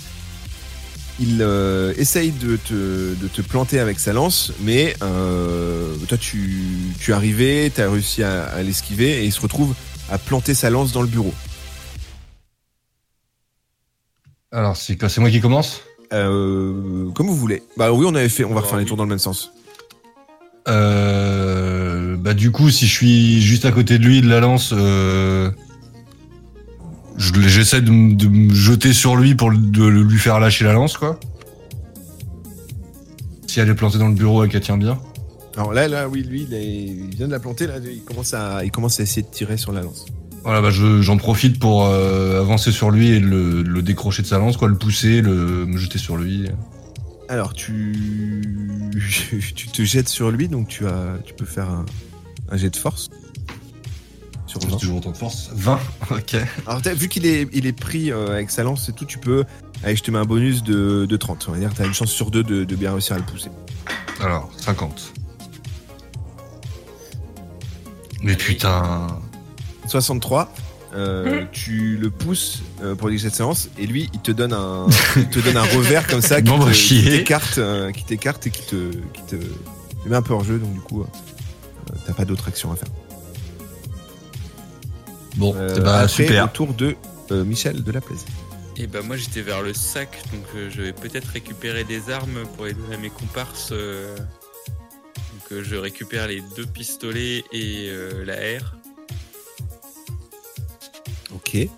Speaker 1: Il euh, essaye de te, de te planter avec sa lance, mais euh, toi tu, tu es arrivé, tu as réussi à, à l'esquiver et il se retrouve à planter sa lance dans le bureau.
Speaker 2: Alors, c'est quoi, c'est moi qui commence
Speaker 1: Euh, comme vous voulez. Bah oui, on avait fait, on va
Speaker 3: Ah,
Speaker 1: refaire les
Speaker 3: oui.
Speaker 1: tours dans le même sens.
Speaker 2: Euh, bah du coup, si je suis juste à côté de lui, de la lance, euh, je l- j'essaie de, m- de me jeter sur lui pour le- de le- lui faire lâcher la lance, quoi. Si elle est plantée dans le bureau et qu'elle tient bien.
Speaker 1: Alors là, là, oui, lui, il, est- il vient de la planter, là, il commence à, il commence à essayer de tirer sur la lance.
Speaker 2: Voilà, bah je- j'en profite pour euh, avancer sur lui et le, le décrocher de sa lance, quoi, le pousser, le me jeter sur lui.
Speaker 1: Alors tu, tu te jettes sur lui, donc tu as, tu peux faire un, un jet de force. Sur
Speaker 2: J'ai
Speaker 1: 20.
Speaker 2: toujours autant de force. 20, ok.
Speaker 1: Alors t'as- vu qu'il est, il est pris euh, avec sa lance et tout, tu peux. Allez, je te mets un bonus de, de 30. On va dire, t'as une chance sur deux de, de bien réussir à le pousser.
Speaker 2: Alors, 50. Mais putain.
Speaker 1: 63. euh, tu le pousses euh, pour l'exercice de séance et lui il te donne un il te donne un revers comme ça qui
Speaker 2: Bon,
Speaker 1: te-
Speaker 2: bah,
Speaker 1: qui
Speaker 2: chier.
Speaker 1: t'écarte euh, qui t'écarte et qui te qui te, te met un peu hors jeu donc du coup euh, t'as pas d'autre action à faire
Speaker 2: Bon,
Speaker 1: Euh,
Speaker 2: eh bah,
Speaker 1: après,
Speaker 2: super.
Speaker 1: autour de euh, Michel de la Plaise
Speaker 3: Et bah moi j'étais vers le sac, donc euh, je vais peut-être récupérer des armes pour les donner à mes comparses. euh. Donc euh, je récupère les deux pistolets et euh, la R.
Speaker 1: ok
Speaker 3: Et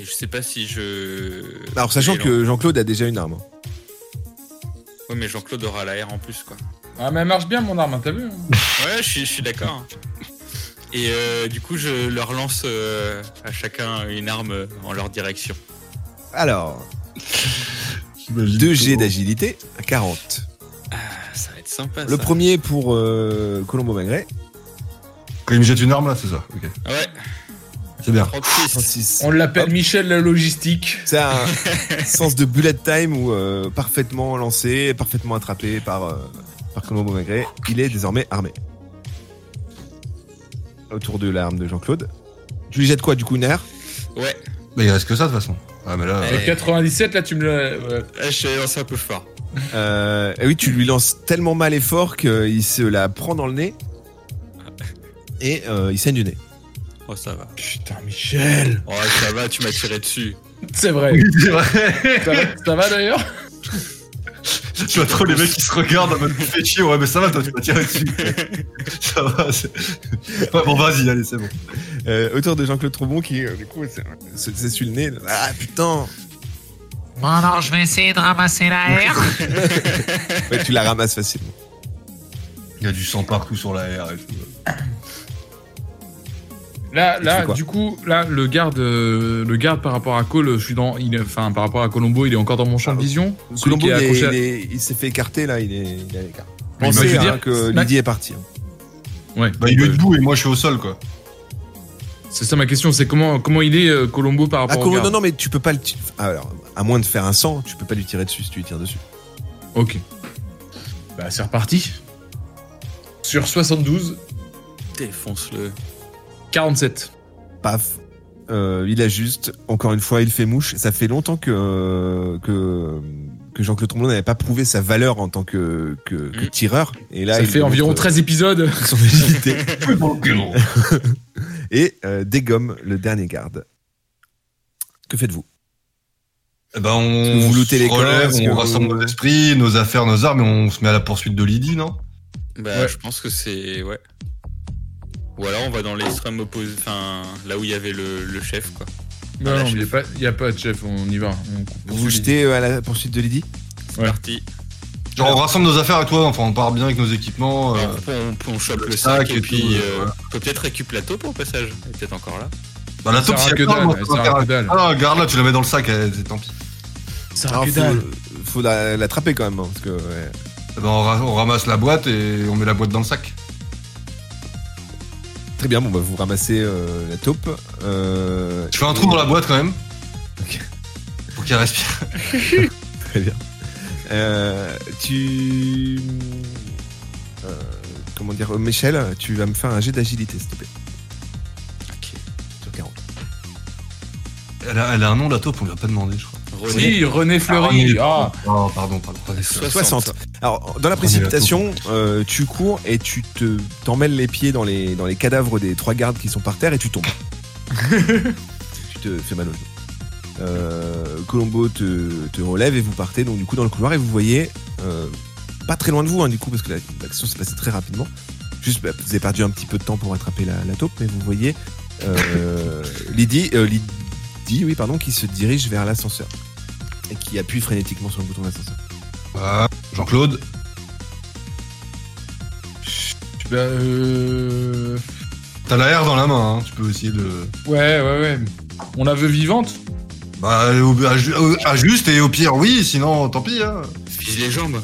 Speaker 3: je sais pas si je.
Speaker 1: Bah, alors sachant
Speaker 3: Et
Speaker 1: que Jean-Claude a déjà une arme
Speaker 3: Ouais, mais Jean-Claude aura la R en plus, quoi.
Speaker 4: Ah, mais elle marche bien, mon arme, hein, t'as vu hein
Speaker 3: Ouais, je suis, je suis d'accord. hein. Et euh, du coup, je leur lance euh, à chacun une arme euh, en leur direction.
Speaker 1: alors 2 G d'agilité à 40
Speaker 3: Ah, ça va être sympa.
Speaker 1: Le
Speaker 3: ça.
Speaker 1: premier pour euh, Colombo Magret,
Speaker 2: Quand il me jette une arme là, c'est ça. Ok.
Speaker 3: Ouais,
Speaker 2: C'est bien.
Speaker 3: 36.
Speaker 1: 36.
Speaker 4: On l'appelle
Speaker 1: Hop.
Speaker 4: Michel la logistique.
Speaker 1: C'est un sens de bullet time ou euh, parfaitement lancé, parfaitement attrapé par, euh, par Colombo Magret. Il est désormais armé. Autour de l'arme de Jean-Claude. Tu lui jettes quoi du coup une air
Speaker 3: Ouais,
Speaker 2: Bah, il reste que ça de toute façon. Ah, mais là.
Speaker 3: Ouais.
Speaker 4: Le 97, là, tu me l'as. voilà.
Speaker 3: là, Ah, je l'ai lancé un peu fort.
Speaker 1: euh, et oui, tu lui lances tellement mal et fort qu'il se la prend dans le nez et euh, il saigne du nez.
Speaker 3: Oh, ça va.
Speaker 4: Putain, Michel
Speaker 3: Oh, ça va, tu m'as tiré dessus.
Speaker 4: C'est vrai.
Speaker 2: C'est vrai.
Speaker 4: Ça va, ça va, d'ailleurs
Speaker 2: Tu vois trop les mecs qui se regardent en mode fait chier. Ouais, mais ça va, toi, tu vas tirer dessus. ça va. c'est- Ouais, bon, vas-y, allez, c'est bon.
Speaker 1: Euh, autour de Jean-Claude Troubon qui, euh, du coup, se- se- s'essuie le nez. Ah putain
Speaker 5: Bon, alors je vais essayer de ramasser la R.
Speaker 1: Ouais, Tu la ramasses facilement.
Speaker 2: Il y a du sang partout sur la R et tout.
Speaker 4: Là,
Speaker 1: tu fais
Speaker 4: là
Speaker 1: quoi
Speaker 4: du coup, là, le garde, euh, le garde par rapport à Cole, je suis dans. il est- Enfin, par rapport à Colombo, il est encore dans mon
Speaker 1: Ah,
Speaker 4: champ de vision. Celui
Speaker 1: Colombo,
Speaker 4: qui
Speaker 1: il,
Speaker 4: est
Speaker 1: est-
Speaker 4: accroché à-
Speaker 1: il est- il s'est fait écarter là, il est, il est à l'écart.
Speaker 4: Mais
Speaker 1: Pensez
Speaker 4: moi, je veux
Speaker 1: hein,
Speaker 4: dire,
Speaker 1: que
Speaker 4: Mac-
Speaker 1: Lydie est partie. hein.
Speaker 4: Ouais.
Speaker 2: Bah, il
Speaker 4: Ouais,
Speaker 2: est debout et moi, je suis au sol, quoi.
Speaker 4: C'est ça ma question, c'est comment, comment il est euh, Colombo par
Speaker 1: Ah,
Speaker 4: rapport
Speaker 1: Colombo,
Speaker 4: au
Speaker 1: non,
Speaker 4: garde
Speaker 1: non, mais tu peux pas le. ti- ah, Alors, à moins de faire un sang, tu peux pas lui tirer dessus si tu lui tires dessus.
Speaker 4: Ok. Bah, c'est reparti. Sur 72,
Speaker 3: Défonce-le.
Speaker 4: 47.
Speaker 1: paf. Euh, il ajuste, encore une fois, il fait mouche. Ça fait longtemps que, que, que Jean-Claude Tromblon n'avait pas prouvé sa valeur en tant que, que, que
Speaker 3: Mm.
Speaker 1: tireur. Et là,
Speaker 4: ça
Speaker 1: il
Speaker 4: fait
Speaker 1: montre euh,
Speaker 4: environ 13 épisodes.
Speaker 1: son agilité. Et euh, dégomme le dernier garde. Que faites-vous
Speaker 2: Eh ben, on
Speaker 1: Vous lootez
Speaker 2: se
Speaker 1: les corps,
Speaker 2: relève,
Speaker 1: est-ce que
Speaker 2: on
Speaker 1: vous-
Speaker 2: rassemble nos esprits, nos affaires, nos armes, et on se met à la poursuite de Lydie, non
Speaker 3: Bah,
Speaker 4: Ouais.
Speaker 3: je pense que c'est. Ouais. Ou alors on va dans l'extrême opposé. Enfin, là où il y avait le, le chef, quoi.
Speaker 4: Non,
Speaker 3: la
Speaker 4: non, mais
Speaker 3: chef.
Speaker 4: il n'y a, pas- y a pas de chef, on y va. On coupe-
Speaker 1: Vous vous jetez euh, à la poursuite de Lydie
Speaker 4: Ouais.
Speaker 3: Parti.
Speaker 2: Genre, on rassemble nos affaires à toi, enfin, on part bien avec nos équipements. euh,
Speaker 3: Alors, Bah, on, on, on chope
Speaker 2: le
Speaker 3: le sac,
Speaker 2: sac
Speaker 3: et,
Speaker 2: et
Speaker 3: puis.
Speaker 2: tout,
Speaker 3: euh,
Speaker 2: ouais.
Speaker 3: on peut peut-être récupérer la taupe au passage. Elle est peut-être encore là.
Speaker 2: Bah, la
Speaker 4: Ça
Speaker 2: taupe,
Speaker 4: sert
Speaker 2: si
Speaker 4: à que
Speaker 2: elle parle,
Speaker 4: dalle,
Speaker 2: moi,
Speaker 4: elle
Speaker 2: ça
Speaker 4: sert à que
Speaker 2: m'intéresse.
Speaker 4: dalle.
Speaker 2: Ah, garde-la, tu la mets dans le sac, elle- c'est tant pis.
Speaker 1: Alors, faut, faut la, l'attraper quand même. hein, parce que, ouais.
Speaker 2: Eh ben, on, ra- on ramasse la boîte et on met la boîte dans le sac.
Speaker 1: Très bien, bon, bah, vous ramassez euh, la taupe. Euh,
Speaker 2: Je fais un trou
Speaker 1: et-
Speaker 2: dans la boîte quand même.
Speaker 1: Ok.
Speaker 2: Pour qu'elle respire.
Speaker 1: Euh, tu. euh, comment dire, euh, Michel, tu vas me faire un jet d'agilité, s'il te plaît.
Speaker 3: Ok.
Speaker 1: Sur 40.
Speaker 2: Elle a, elle a un nom, la taupe, on lui a pas demandé, je crois.
Speaker 3: René.
Speaker 4: Si, René Fleury. Ah,
Speaker 2: Oh, pardon, pardon. pardon.
Speaker 1: 60. Alors, dans la précipitation, euh, tu cours et tu te t'emmêles les pieds dans les, dans les cadavres des trois gardes qui sont par terre et tu tombes. tu te fais mal au dos. Euh, Colombo te, te relève et vous partez donc du coup dans le couloir et vous voyez euh, pas très loin de vous hein, du coup parce que la- l'action s'est passée très rapidement. Juste, bah, vous avez perdu un petit peu de temps pour attraper la, la taupe, mais vous voyez euh, Lydie, euh, Lydie, oui, pardon, qui se dirige vers l'ascenseur et qui appuie frénétiquement sur le bouton d'ascenseur.
Speaker 2: Ah, Jean-Claude.
Speaker 4: bah, euh...
Speaker 2: T'as la R dans la main, hein. tu peux essayer de.
Speaker 4: Ouais, ouais, ouais. On la veut vivante
Speaker 2: Bah, au- à, ju- au- à juste et au pire, oui, sinon tant pis. Hein.
Speaker 3: Vise les jambes.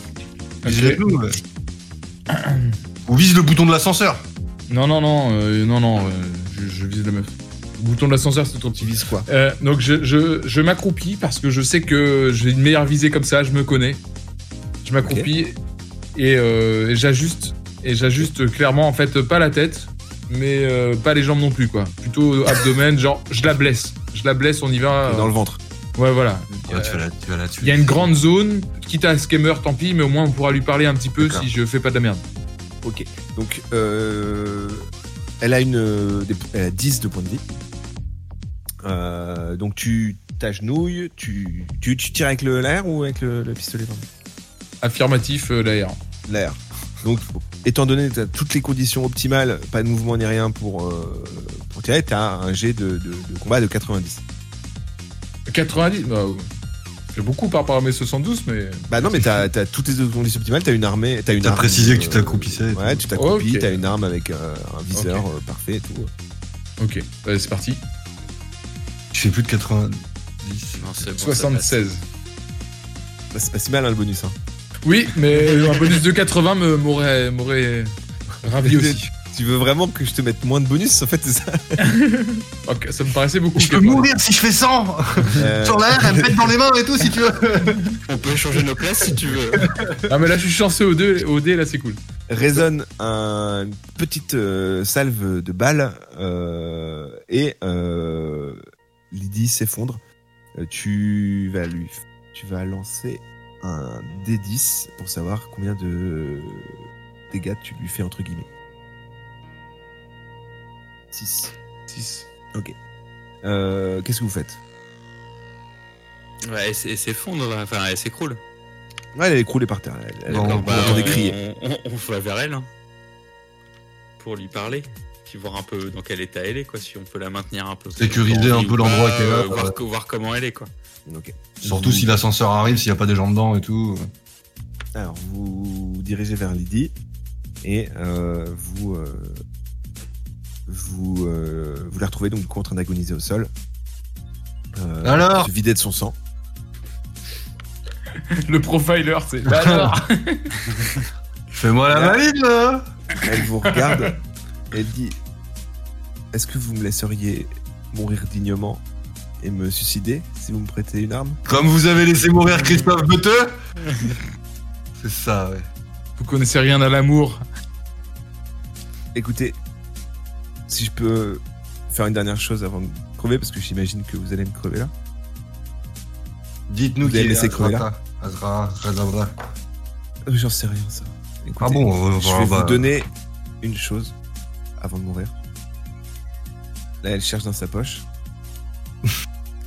Speaker 2: Vise
Speaker 4: Ok.
Speaker 2: les genoux, ouais. Ou vise le bouton de l'ascenseur.
Speaker 4: Non, non, non, euh, non, non, euh, je, je vise la meuf. Bouton de l'ascenseur, c'est ton petit vise quoi. Euh, donc je, je, je m'accroupis parce que je sais que j'ai une meilleure visée comme ça, je me connais. Je m'accroupis et, euh, et j'ajuste. Et j'ajuste clairement, en fait, pas la tête, mais euh, pas les jambes non plus quoi. Plutôt abdomen, genre je la blesse. Je la blesse, on y va.
Speaker 1: dans le ventre.
Speaker 4: Ouais, voilà.
Speaker 2: Ouais, tu vas là- tu vas là-dessus.
Speaker 4: Il y a une grande zone, quitte à ce qu'elle meure, tant pis, mais au moins on pourra lui parler un petit peu
Speaker 2: D'accord.
Speaker 4: si je fais pas de la merde.
Speaker 1: Ok. Donc, euh, elle a une, euh, des- elle a 10 de points de vie. Euh, donc tu t'agenouilles, tu, tu, tu tires avec le l'air ou avec le, le pistolet pardon
Speaker 4: Affirmatif, euh, l'air.
Speaker 1: L'air. Donc, étant donné que tu as toutes les conditions optimales, pas de mouvement ni rien pour, euh, pour tirer, tu as un jet de, de- de combat de 90.
Speaker 4: 90 bah, J'ai beaucoup par rapport à mes 72, mais.
Speaker 1: Bah non, mais tu as, toutes les conditions optimales, tu as une armée. Tu
Speaker 2: T'as précisé que tu t'accroupissais et
Speaker 1: Ouais, tu t'accroupis,
Speaker 4: Ok.
Speaker 1: tu as une arme avec euh, un viseur euh, parfait et tout.
Speaker 4: Ok, bah, c'est parti.
Speaker 2: Je fais plus de 90.
Speaker 3: Non, c'est bon, ça passe.
Speaker 4: 76.
Speaker 1: Bah, c'est pas si mal hein, le bonus. Hein.
Speaker 4: Oui, mais un bonus de 80 me- m'aurait m'aurait ravi aussi.
Speaker 1: Tu veux vraiment que je te mette moins de bonus En fait, c'est ça.
Speaker 4: Ok, ça me paraissait beaucoup.
Speaker 2: Je peux
Speaker 4: 80.
Speaker 2: mourir si je fais 100
Speaker 1: Euh,
Speaker 2: Sur la R, elle me pète dans les mains et tout si tu veux.
Speaker 3: On peut échanger nos places si tu veux.
Speaker 4: Ah, mais là, je suis chanceux au, deux, au dé, là, c'est cool.
Speaker 1: résonne un- une petite euh, salve de balles euh, et euh, Lydie s'effondre. Euh, tu vas lui, tu vas lancer un D10 pour savoir combien de dégâts tu lui fais entre guillemets. 6.
Speaker 4: 6.
Speaker 1: Euh, Qu'est-ce que vous faites
Speaker 3: Ouais, elle s- elle s'effondre, là. enfin elle s'écroule.
Speaker 1: Ouais, Elle est écroulée par terre. Elle, elle-
Speaker 2: Bon,
Speaker 1: on
Speaker 2: bah,
Speaker 1: l'entendait
Speaker 3: on-
Speaker 1: crier.
Speaker 3: on- on va vers elle. hein. Pour lui parler. Puis voir un peu dans quel état elle est, quoi. Si on peut la maintenir un peu.
Speaker 2: Sécuriser un
Speaker 3: Envie
Speaker 2: peu
Speaker 3: ou
Speaker 2: l'endroit
Speaker 3: pas,
Speaker 2: qu'elle a.
Speaker 3: euh, Voir, co- voir comment elle est, quoi.
Speaker 1: Ok.
Speaker 2: Surtout si l'ascenseur arrive, s'il n'y a pas des gens dedans et tout.
Speaker 1: Alors, vous vous dirigez vers Lydie et euh, vous, euh, vous, euh, vous la retrouvez donc du coup en train d'agoniser au sol. Euh,
Speaker 2: Alors
Speaker 1: elle se vidait de son sang.
Speaker 4: Le profiler, c'est. Bah alors
Speaker 2: Fais-moi la valide là
Speaker 1: Elle vous regarde et elle dit Est-ce que vous me laisseriez mourir dignement et me suicider si vous me prêtez une arme
Speaker 2: Comme vous avez laissé mourir Christophe Beuteux C'est ça, ouais.
Speaker 4: Vous connaissez rien à l'amour.
Speaker 1: Écoutez, si je peux faire une dernière chose avant de crever, parce que j'imagine que vous allez me crever là.
Speaker 2: Dites-nous
Speaker 1: Vous
Speaker 2: qui
Speaker 1: allez
Speaker 2: est
Speaker 1: laisser crever
Speaker 2: Azrata. Azra- Razabra.
Speaker 1: Euh, J'en sais rien, ça.
Speaker 2: Ah
Speaker 1: Écoutez,
Speaker 2: bon, on
Speaker 1: Je
Speaker 2: va-
Speaker 1: vais
Speaker 2: on va-
Speaker 1: vous donner une chose avant de mourir. Là, elle cherche dans sa poche.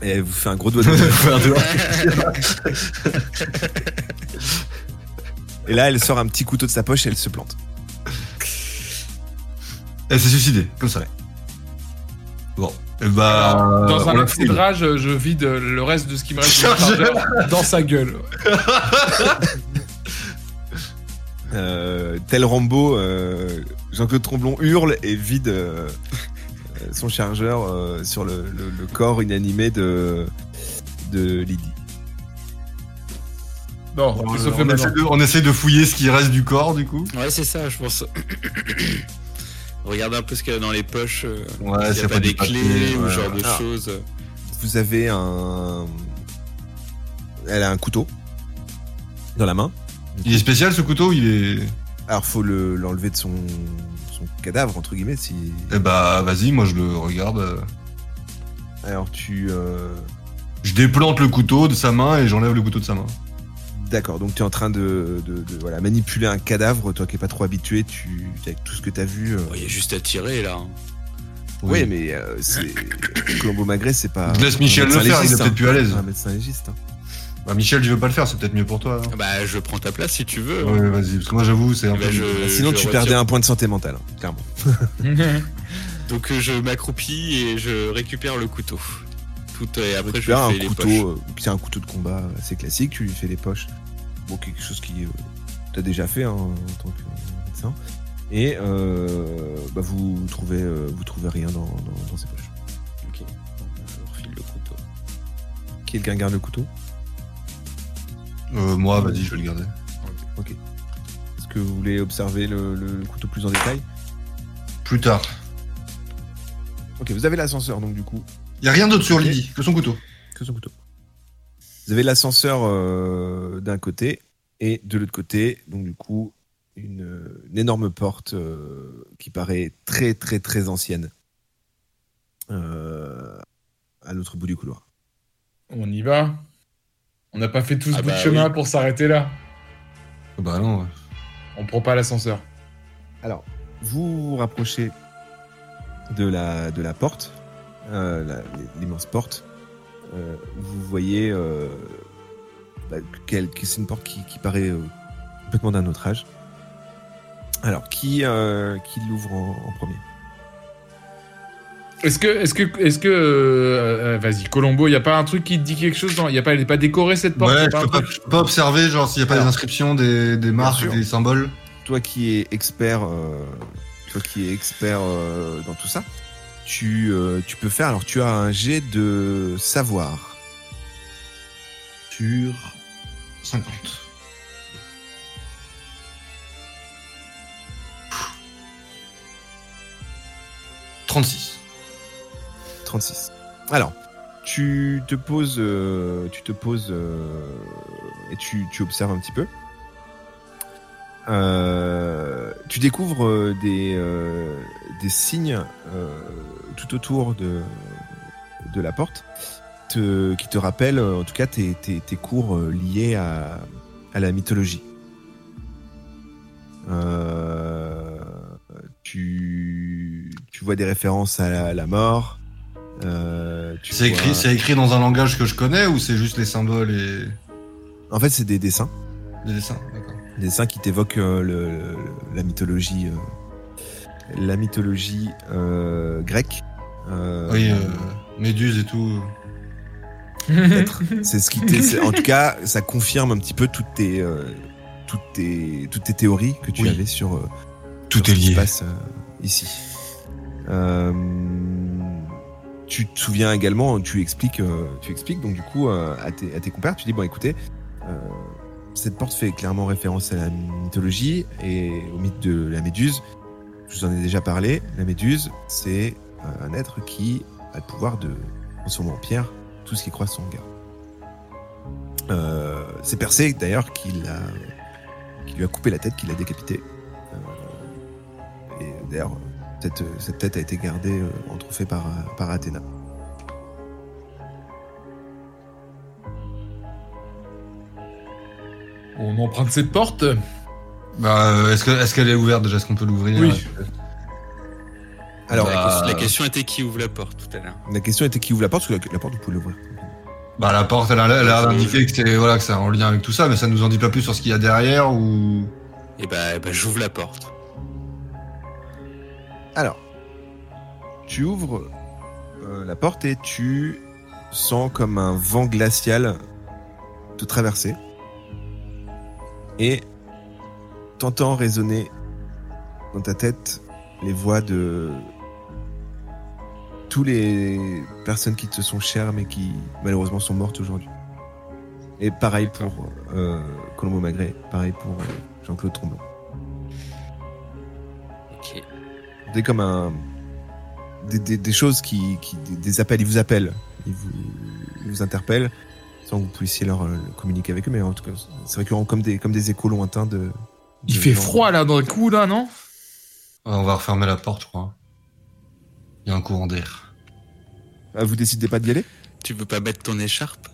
Speaker 1: Et elle vous fait un gros doigt d'honneur.
Speaker 2: Faire de-
Speaker 1: Et là, elle sort un petit couteau de sa poche et elle se plante.
Speaker 2: Elle s'est suicidée, comme ça. Bon, et bah.
Speaker 4: Dans
Speaker 2: on
Speaker 4: un
Speaker 2: la
Speaker 4: accès de
Speaker 2: fouille.
Speaker 4: rage, je vide le reste de ce qui me reste de chargeur dans sa gueule.
Speaker 1: Euh, tel Rambo, euh, Jean-Claude Tromblon hurle et vide euh, euh, son chargeur euh, sur le, le- le corps inanimé de, de Lydie.
Speaker 4: Non,
Speaker 2: Bon,
Speaker 4: ça fait
Speaker 2: on,
Speaker 4: maintenant.
Speaker 2: essaie de, on essaie de fouiller ce qui reste du corps, du coup.
Speaker 3: Ouais, c'est ça, je pense. Regarde un peu ce qu'il y a dans les poches. euh,
Speaker 2: Ouais,
Speaker 3: S'il y a pas des
Speaker 2: papier,
Speaker 3: clés ou
Speaker 2: ouais.
Speaker 3: ce genre de
Speaker 1: Ah.
Speaker 3: choses.
Speaker 1: Vous avez un. Elle a un couteau dans la main.
Speaker 2: Il est spécial ce couteau, il est.
Speaker 1: Alors, faut le- l'enlever de son, son cadavre, entre guillemets. Si...
Speaker 2: Eh bah, vas-y, moi je le regarde. euh.
Speaker 1: Alors, tu. euh,
Speaker 2: Je déplante le couteau de sa main et j'enlève le couteau de sa main.
Speaker 1: D'accord, donc tu es en train de, de- de, voilà, manipuler un cadavre, toi qui n'es pas trop habitué, tu, avec tout ce que tu as vu. euh,
Speaker 3: Bon, Il y a juste à tirer là. hein.
Speaker 1: Oui, mais euh, c'est. Colombo Magret, c'est pas.
Speaker 2: Je laisse Michel
Speaker 1: un médecin
Speaker 2: le faire, il est
Speaker 1: légiste,
Speaker 2: peut-être
Speaker 1: hein.
Speaker 2: plus à l'aise.
Speaker 1: Un médecin légiste. hein.
Speaker 2: Bah, Michel, je veux pas le faire, c'est peut-être mieux pour toi. hein.
Speaker 3: Bah, je prends ta place si tu
Speaker 4: Ah,
Speaker 3: veux.
Speaker 2: Ouais, vas-y, parce que moi j'avoue, c'est un
Speaker 3: Bah,
Speaker 2: peu.
Speaker 3: je-
Speaker 1: Sinon,
Speaker 3: je
Speaker 1: tu
Speaker 3: retire.
Speaker 1: perdais un point de santé mentale, hein, clairement.
Speaker 3: Donc euh, je m'accroupis et je récupère le couteau. Tout euh, et après je
Speaker 1: tu as un
Speaker 3: fais les poches.
Speaker 1: couteau, euh, c'est un couteau de combat assez classique, tu lui fais les poches. Bon, quelque chose qui. euh, t'as déjà fait hein, en tant que euh, médecin. Et euh, bah, vous, trouvez, euh, vous trouvez rien dans, dans, dans ses poches.
Speaker 3: Ok. Bon, bah, Je refile le couteau.
Speaker 1: Quelqu'un garde le couteau
Speaker 2: Euh, moi, vas-y, je vais le garder.
Speaker 1: Est-ce que vous voulez observer le, le couteau plus en détail
Speaker 2: Plus tard.
Speaker 1: Ok, vous avez l'ascenseur, donc du coup.
Speaker 2: Y a rien d'autre sur Lydie que son couteau.
Speaker 1: que son couteau. Vous avez l'ascenseur euh, d'un côté et de l'autre côté, donc du coup, une, euh, une énorme porte euh, qui paraît très très très ancienne euh, à l'autre bout du couloir.
Speaker 4: On y va. On n'a pas fait tout ce
Speaker 3: Ah
Speaker 4: bout de
Speaker 3: bah
Speaker 4: chemin pour s'arrêter là.
Speaker 2: Bah non, ouais.
Speaker 4: On prend pas l'ascenseur.
Speaker 1: Alors, vous vous rapprochez de la, de la porte, euh, la- l'immense porte. Euh, vous voyez euh, bah, qu'elle- que c'est une porte qui, qui paraît euh, complètement d'un autre âge. Alors, qui, euh, qui l'ouvre en, en premier
Speaker 4: Est-ce que, est-ce que, est-ce que, euh, euh, vas-y, Colombo, y a pas un truc qui te dit quelque chose dans, y a pas, elle est pas décorée cette porte. y
Speaker 2: Ouais,
Speaker 4: a
Speaker 2: je
Speaker 4: pas
Speaker 2: peux
Speaker 4: un
Speaker 2: pas,
Speaker 4: truc
Speaker 2: je peux pas observer, genre, s'il y a pas
Speaker 1: Alors.
Speaker 2: des inscriptions, des, des marques,
Speaker 1: sûr.
Speaker 2: des symboles.
Speaker 1: Toi qui es expert, euh, toi qui es expert euh, dans tout ça, tu, euh, tu peux faire. Alors, tu as un jet de savoir.
Speaker 2: Sur 50. Pfff. 36.
Speaker 1: 36. Alors, tu te poses, euh, tu te poses euh, et tu, tu observes un petit peu. Euh, tu découvres euh, des, euh, des signes euh, tout autour de, de la porte te- qui te rappellent, euh, en tout cas, tes, tes, tes cours euh, liés à, à la mythologie. Euh, tu, tu vois des références à la, à la mort. euh, tu
Speaker 2: C'est écrit,
Speaker 1: vois-
Speaker 2: c'est écrit dans un langage que je connais ou c'est juste les symboles et
Speaker 1: En fait, c'est des dessins.
Speaker 2: les dessins D'accord.
Speaker 1: Des dessins qui t'évoquent euh, le- le- la mythologie, euh, la mythologie euh, grecque. Euh,
Speaker 2: Oui, euh, Méduse et tout.
Speaker 1: peut-être. c'est ce qui t'est- c'est- en tout cas, ça confirme un petit peu toutes tes, euh, toutes tes, toutes tes théories que tu
Speaker 2: Oui.
Speaker 1: avais sur euh,
Speaker 2: Tout
Speaker 1: sur
Speaker 2: est
Speaker 1: ce qui se
Speaker 2: lié.
Speaker 1: passe euh, ici. Euh, tu te souviens également, tu expliques, euh, tu expliques donc du coup euh, à, tes, à tes compères, tu dis bon écoutez, euh, cette porte fait clairement référence à la mythologie et au mythe de la méduse. Je vous en ai déjà parlé. La méduse, c'est euh, un être qui a le pouvoir de transformer en pierre tout ce qui croise son regard. Euh, c'est Persée d'ailleurs qui, l'a- qui lui a coupé la tête, qui l'a décapité. Euh, et d'ailleurs, Cette, euh, cette tête a été gardée euh, en trophée par, euh, par Athéna.
Speaker 4: On emprunte cette porte
Speaker 2: Bah, euh, est-ce que- est-ce qu'elle est, ouverte déjà Est-ce qu'on peut l'ouvrir
Speaker 4: Oui.
Speaker 1: Alors,
Speaker 3: la,
Speaker 2: Bah,
Speaker 3: question, la question était qui ouvre la porte tout à l'heure.
Speaker 1: la question était qui ouvre la porte Parce que la, la porte, vous pouvez l'ouvrir.
Speaker 2: Bah, la porte, elle a elle a l'air d'indiquer que c'est voilà, que c'est en lien avec tout ça, mais ça nous en dit pas plus sur ce qu'il y a derrière ou.
Speaker 3: Et bah, bah, j'ouvre la porte.
Speaker 1: Alors, tu ouvres euh, la porte et tu sens comme un vent glacial te traverser. Et t'entends résonner dans ta tête les voix de tous les personnes qui te sont chères mais qui malheureusement sont mortes aujourd'hui. Et pareil pour euh, Colombo Magret, pareil pour euh, Jean-Claude Tromblon.
Speaker 3: Ok.
Speaker 1: des comme un des, des- des choses qui, qui des, des appels ils vous appellent ils vous, ils vous interpellent sans que vous puissiez leur euh, communiquer avec eux mais en tout cas c'est récurrent comme des comme des échos lointains de, de
Speaker 4: Il fait
Speaker 1: gens.
Speaker 4: froid là d'un coup là, non
Speaker 2: Ouais, euh, on va refermer la porte, je crois. Il y a un courant d'air.
Speaker 1: Ah, vous décidez pas d'y aller
Speaker 3: Tu peux pas mettre ton écharpe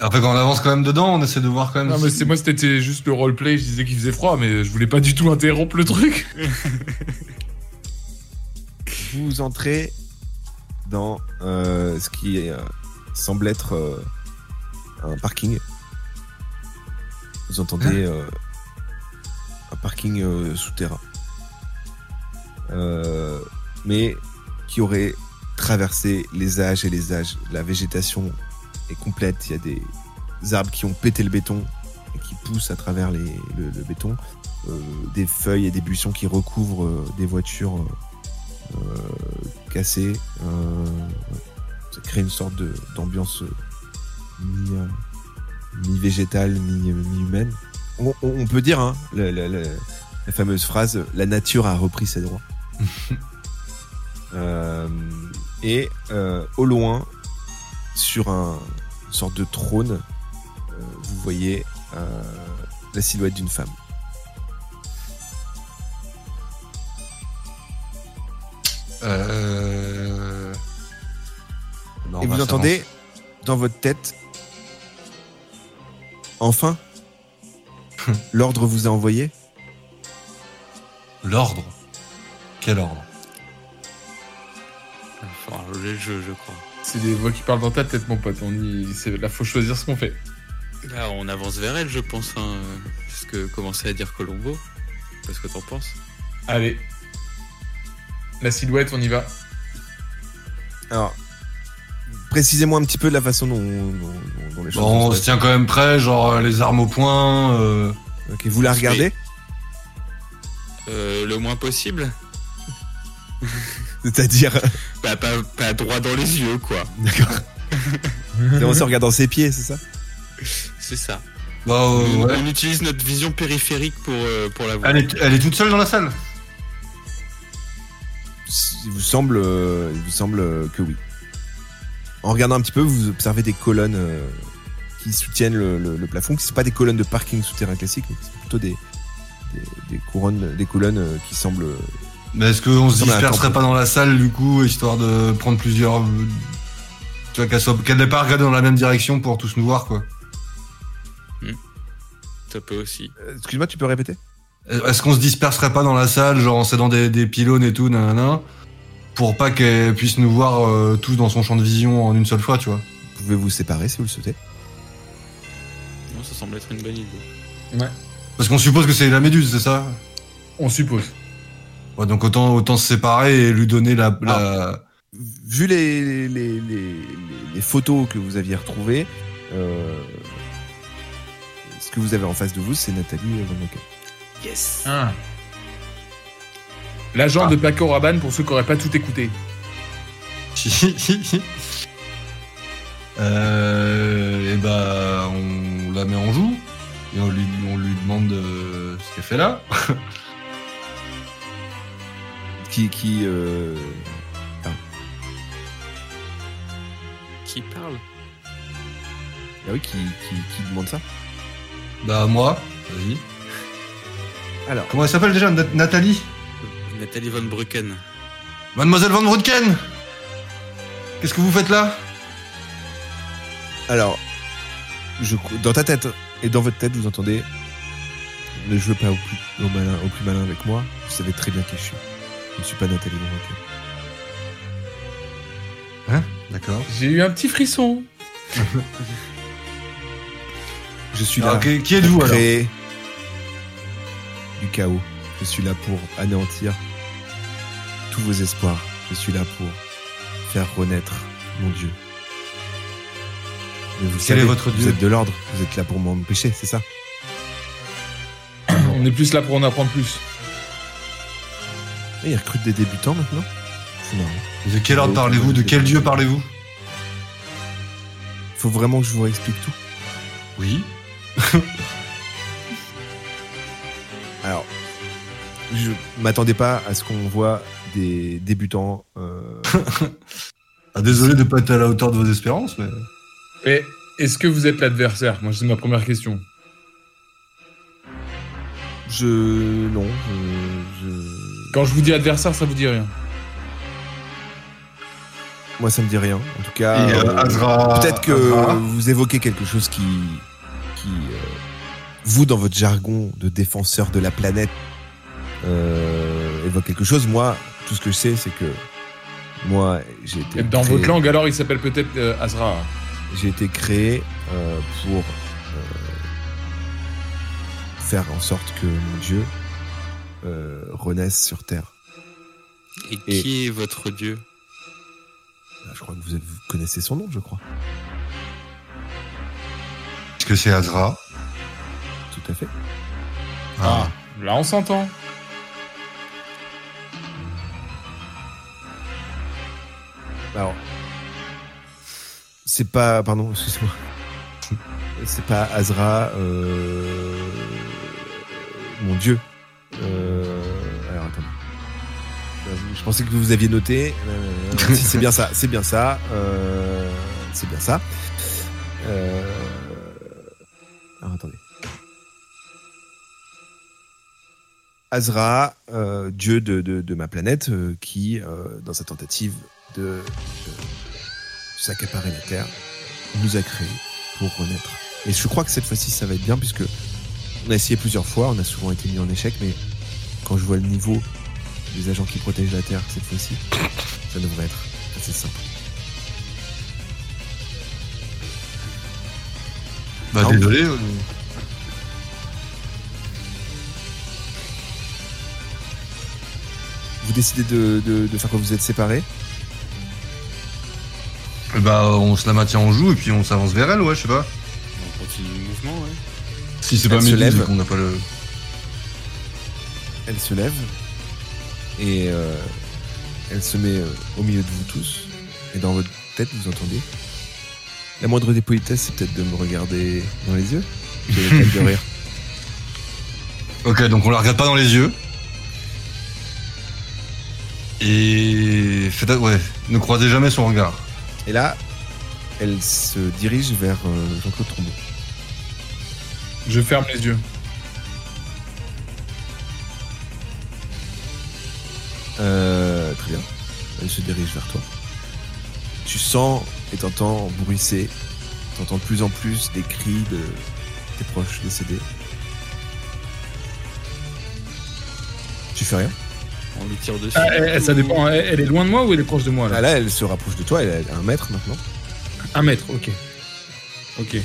Speaker 2: Après, quand on avance quand même dedans, on essaie de voir quand même.
Speaker 4: Non,
Speaker 2: si-
Speaker 4: Ah, mais c'est moi, c'était juste le roleplay. Je disais qu'il faisait froid, mais je voulais pas du tout interrompre le truc.
Speaker 1: vous entrez dans euh, ce qui est, euh, semble être euh, un parking vous entendez euh, un parking euh, souterrain Euh, mais qui aurait traversé les âges et les âges. La végétation est complète. Il y a des arbres qui ont pété le béton et qui poussent à travers les- le, le béton. Euh, des feuilles et des buissons qui recouvrent euh, des voitures euh, euh, cassées. Euh, ouais. ça crée une sorte de- d'ambiance euh, mi, euh, mi-végétale, mi- euh, mi-humaine. on, on- on peut dire hein, la- la- la- la fameuse phrase « La nature a repris ses droits ». Euh, et euh, au loin, sur un, une sorte de trône, euh, vous voyez euh, la silhouette d'une femme.
Speaker 2: Euh... bah, on
Speaker 1: et
Speaker 2: va
Speaker 1: vous entendez dans votre tête, enfin, Hum. l'ordre vous a envoyé.
Speaker 2: s'avancer. L'ordre. Quel ordre
Speaker 3: Enfin, le jeu, je crois.
Speaker 4: C'est des voix qui parlent dans ta tête, mon pote. On y... c'est- Là, faut choisir ce qu'on fait.
Speaker 3: Là, on avance vers elle, je pense. Hein, euh, parce que commencer à dire Colombo. Qu'est-ce que t'en penses
Speaker 4: Allez. La silhouette, on y va.
Speaker 1: Alors, précisez-moi un petit peu de la façon dont, dont- dont les choses
Speaker 2: Bon,
Speaker 1: sont
Speaker 2: on se
Speaker 1: faites.
Speaker 2: tient quand même prêt, genre euh, les armes au poing. euh,
Speaker 1: Ok, vous la regardez
Speaker 3: euh, Le moins possible
Speaker 1: C'est-à-dire,
Speaker 3: bah, pas, pas droit dans les yeux, quoi.
Speaker 1: d'accord, c'est en se regardant ses pieds, c'est ça
Speaker 3: C'est ça.
Speaker 2: Bah,
Speaker 4: Oh,
Speaker 2: euh,
Speaker 1: Mm.
Speaker 3: on,
Speaker 2: ouais.
Speaker 3: on utilise notre vision périphérique pour, euh, pour la voir.
Speaker 2: elle, est, elle est toute seule dans la salle
Speaker 1: Il vous semble, euh, il vous semble euh, que oui. En regardant un petit peu, vous observez des colonnes euh, qui soutiennent le, le- le plafond, qui ne sont pas des colonnes de parking souterrain classique, mais qui sont plutôt des, des, des couronnes, des colonnes euh, qui semblent. euh,
Speaker 2: Mais est-ce qu'on se
Speaker 1: Non, mais
Speaker 2: disperserait
Speaker 1: attends.
Speaker 2: pas dans la salle du coup, histoire de prendre plusieurs. euh, Tu vois, qu'elle soit- qu'elle n'ait pas regardé dans la même direction pour tous nous voir quoi.
Speaker 3: Ça peut aussi.
Speaker 1: euh, Excuse-moi, tu peux répéter
Speaker 2: Est-ce qu'on se disperserait pas dans la salle, genre en s'aidant des, des pylônes et tout, nanana, pour pas qu'elle puisse nous voir euh, tous dans son champ de vision en une seule fois, tu vois
Speaker 1: Vous pouvez vous séparer si vous le souhaitez.
Speaker 3: Non, ça semble être une bonne idée.
Speaker 2: Parce qu'on suppose que c'est la méduse, c'est ça
Speaker 4: On suppose.
Speaker 2: Ouais, donc autant, autant se séparer et lui donner la.
Speaker 1: Ah.
Speaker 2: la-
Speaker 1: vu les, les, les, les- les photos que vous aviez retrouvées, euh, ce que vous avez en face de vous, c'est Nathalie Van Moken.
Speaker 4: Hein. L'agent
Speaker 2: Ah.
Speaker 4: de Paco Rabanne pour ceux qui auraient pas tout écouté.
Speaker 2: Euh, et bah, on la met en joue et on lui, on lui demande euh, ce qu'elle fait là.
Speaker 1: Qui. qui euh,
Speaker 3: Qui parle
Speaker 1: ah oui, qui, qui, qui demande ça
Speaker 2: Bah, moi, vas-y.
Speaker 1: Alors,
Speaker 2: Comment elle s'appelle déjà Nat- Nathalie
Speaker 3: Euh, Nathalie Von Brucken.
Speaker 2: Mademoiselle Van Brutken Qu'est-ce que vous faites là
Speaker 1: Alors, je, cou- dans ta tête et dans votre tête, vous entendez Ne jouez pas au plus, au malin, au plus malin avec moi. Vous savez très bien qui je suis. Je ne suis pas Nathalie Morocco.
Speaker 2: D'accord.
Speaker 4: J'ai eu un petit frisson.
Speaker 1: Je suis là
Speaker 2: Alors, Ah, qui qui
Speaker 1: pour
Speaker 2: êtes-vous alors
Speaker 1: créer du chaos. Je suis là pour anéantir tous vos espoirs. Je suis là pour faire renaître mon Dieu. Mais vous
Speaker 2: Quel est votre
Speaker 1: vous
Speaker 2: Dieu
Speaker 1: êtes de l'ordre. Vous êtes là pour m'empêcher, c'est ça
Speaker 4: On est plus là pour en apprendre plus.
Speaker 2: Ah,
Speaker 1: Et Ils recrutent des débutants maintenant C'est marrant.
Speaker 2: De quel ordre
Speaker 1: euh,
Speaker 2: parlez-vous De quel dieu parlez-vous
Speaker 1: Faut vraiment que je vous réexplique tout.
Speaker 2: Oui.
Speaker 1: Alors, je m'attendais pas à ce qu'on voit des débutants. euh,
Speaker 2: Ah, désolé de pas être à la hauteur de vos espérances, mais.
Speaker 4: Et Eh, est-ce que vous êtes l'adversaire Moi, c'est ma première question.
Speaker 1: je non, je, je-
Speaker 4: Quand je vous dis adversaire, ça vous dit rien.
Speaker 1: moi ça me dit rien. En tout cas,
Speaker 2: Et, euh,
Speaker 1: euh,
Speaker 2: Azra-
Speaker 1: peut-être que
Speaker 2: Azra
Speaker 1: vous évoquez quelque chose qui, qui euh, vous dans votre jargon de défenseur de la planète euh, évoque quelque chose. Moi, tout ce que je sais, c'est que moi j'ai été
Speaker 4: Et dans
Speaker 1: créé-
Speaker 4: votre langue, alors, il s'appelle peut-être euh, Azra.
Speaker 1: j'ai été créé euh, pour euh, faire en sorte que mon Dieu euh, renaisse sur Terre.
Speaker 3: Et qui est votre dieu
Speaker 1: Bah, Je crois que vous, vous connaissez son nom, je crois.
Speaker 2: Est-ce que c'est Azra
Speaker 1: Tout à fait.
Speaker 2: Ah.
Speaker 4: Là, on s'entend.
Speaker 1: Alors, c'est pas, pardon, excuse-moi, c'est pas Azra, euh, mon Dieu. Euh, alors attendez. Je pensais que vous aviez noté. Euh, si, c'est bien ça, c'est bien ça, euh, c'est bien ça. Euh, alors attendez. Azra, euh, dieu de, de- de ma planète, euh, qui, euh, dans sa tentative de euh, s'accaparer la Terre, nous a créés pour renaître. Et je crois que cette fois-ci, ça va être bien, puisque on a essayé plusieurs fois, on a souvent été mis en échec, mais quand je vois le niveau des agents qui protègent la Terre cette fois-ci, ça devrait être assez simple.
Speaker 2: Bah,
Speaker 1: Non.
Speaker 2: désolé. euh,
Speaker 1: Vous décidez de, de- de faire quoi Vous êtes séparés
Speaker 2: eh Bah, on se la maintient en joue et puis on s'avance vers elle, ouais, je sais pas.
Speaker 3: On continue le mouvement, ouais.
Speaker 2: Si c'est
Speaker 1: Elle
Speaker 2: pas
Speaker 1: se
Speaker 2: midi,
Speaker 1: lève.
Speaker 2: c'est qu'on n'a pas le.
Speaker 1: Elle se lève et euh, elle se met euh, au milieu de vous tous. Et dans votre tête, vous entendez La moindre des politesses, c'est peut-être de me regarder dans les yeux. J'ai les têtes de rire.
Speaker 2: Ok, donc on la regarde pas dans les yeux. Et. Faites... Ouais, ne croisez jamais son regard.
Speaker 1: Et là, elle se dirige vers euh, Jean-Claude Trombeau.
Speaker 4: Je ferme les yeux.
Speaker 1: Euh, très bien. Elle se dirige vers toi. Tu sens et t'entends bruisser. T'entends de plus en plus des cris de tes proches décédés. Tu fais rien
Speaker 3: On lui tire dessus.
Speaker 4: eh, ça dépend. Ah, hein. Elle, elle est loin de moi ou elle est proche de moi
Speaker 1: Ah,
Speaker 4: là
Speaker 1: Là, elle se rapproche de toi. Elle est à un mètre maintenant.
Speaker 4: Un mètre, ok. Ok.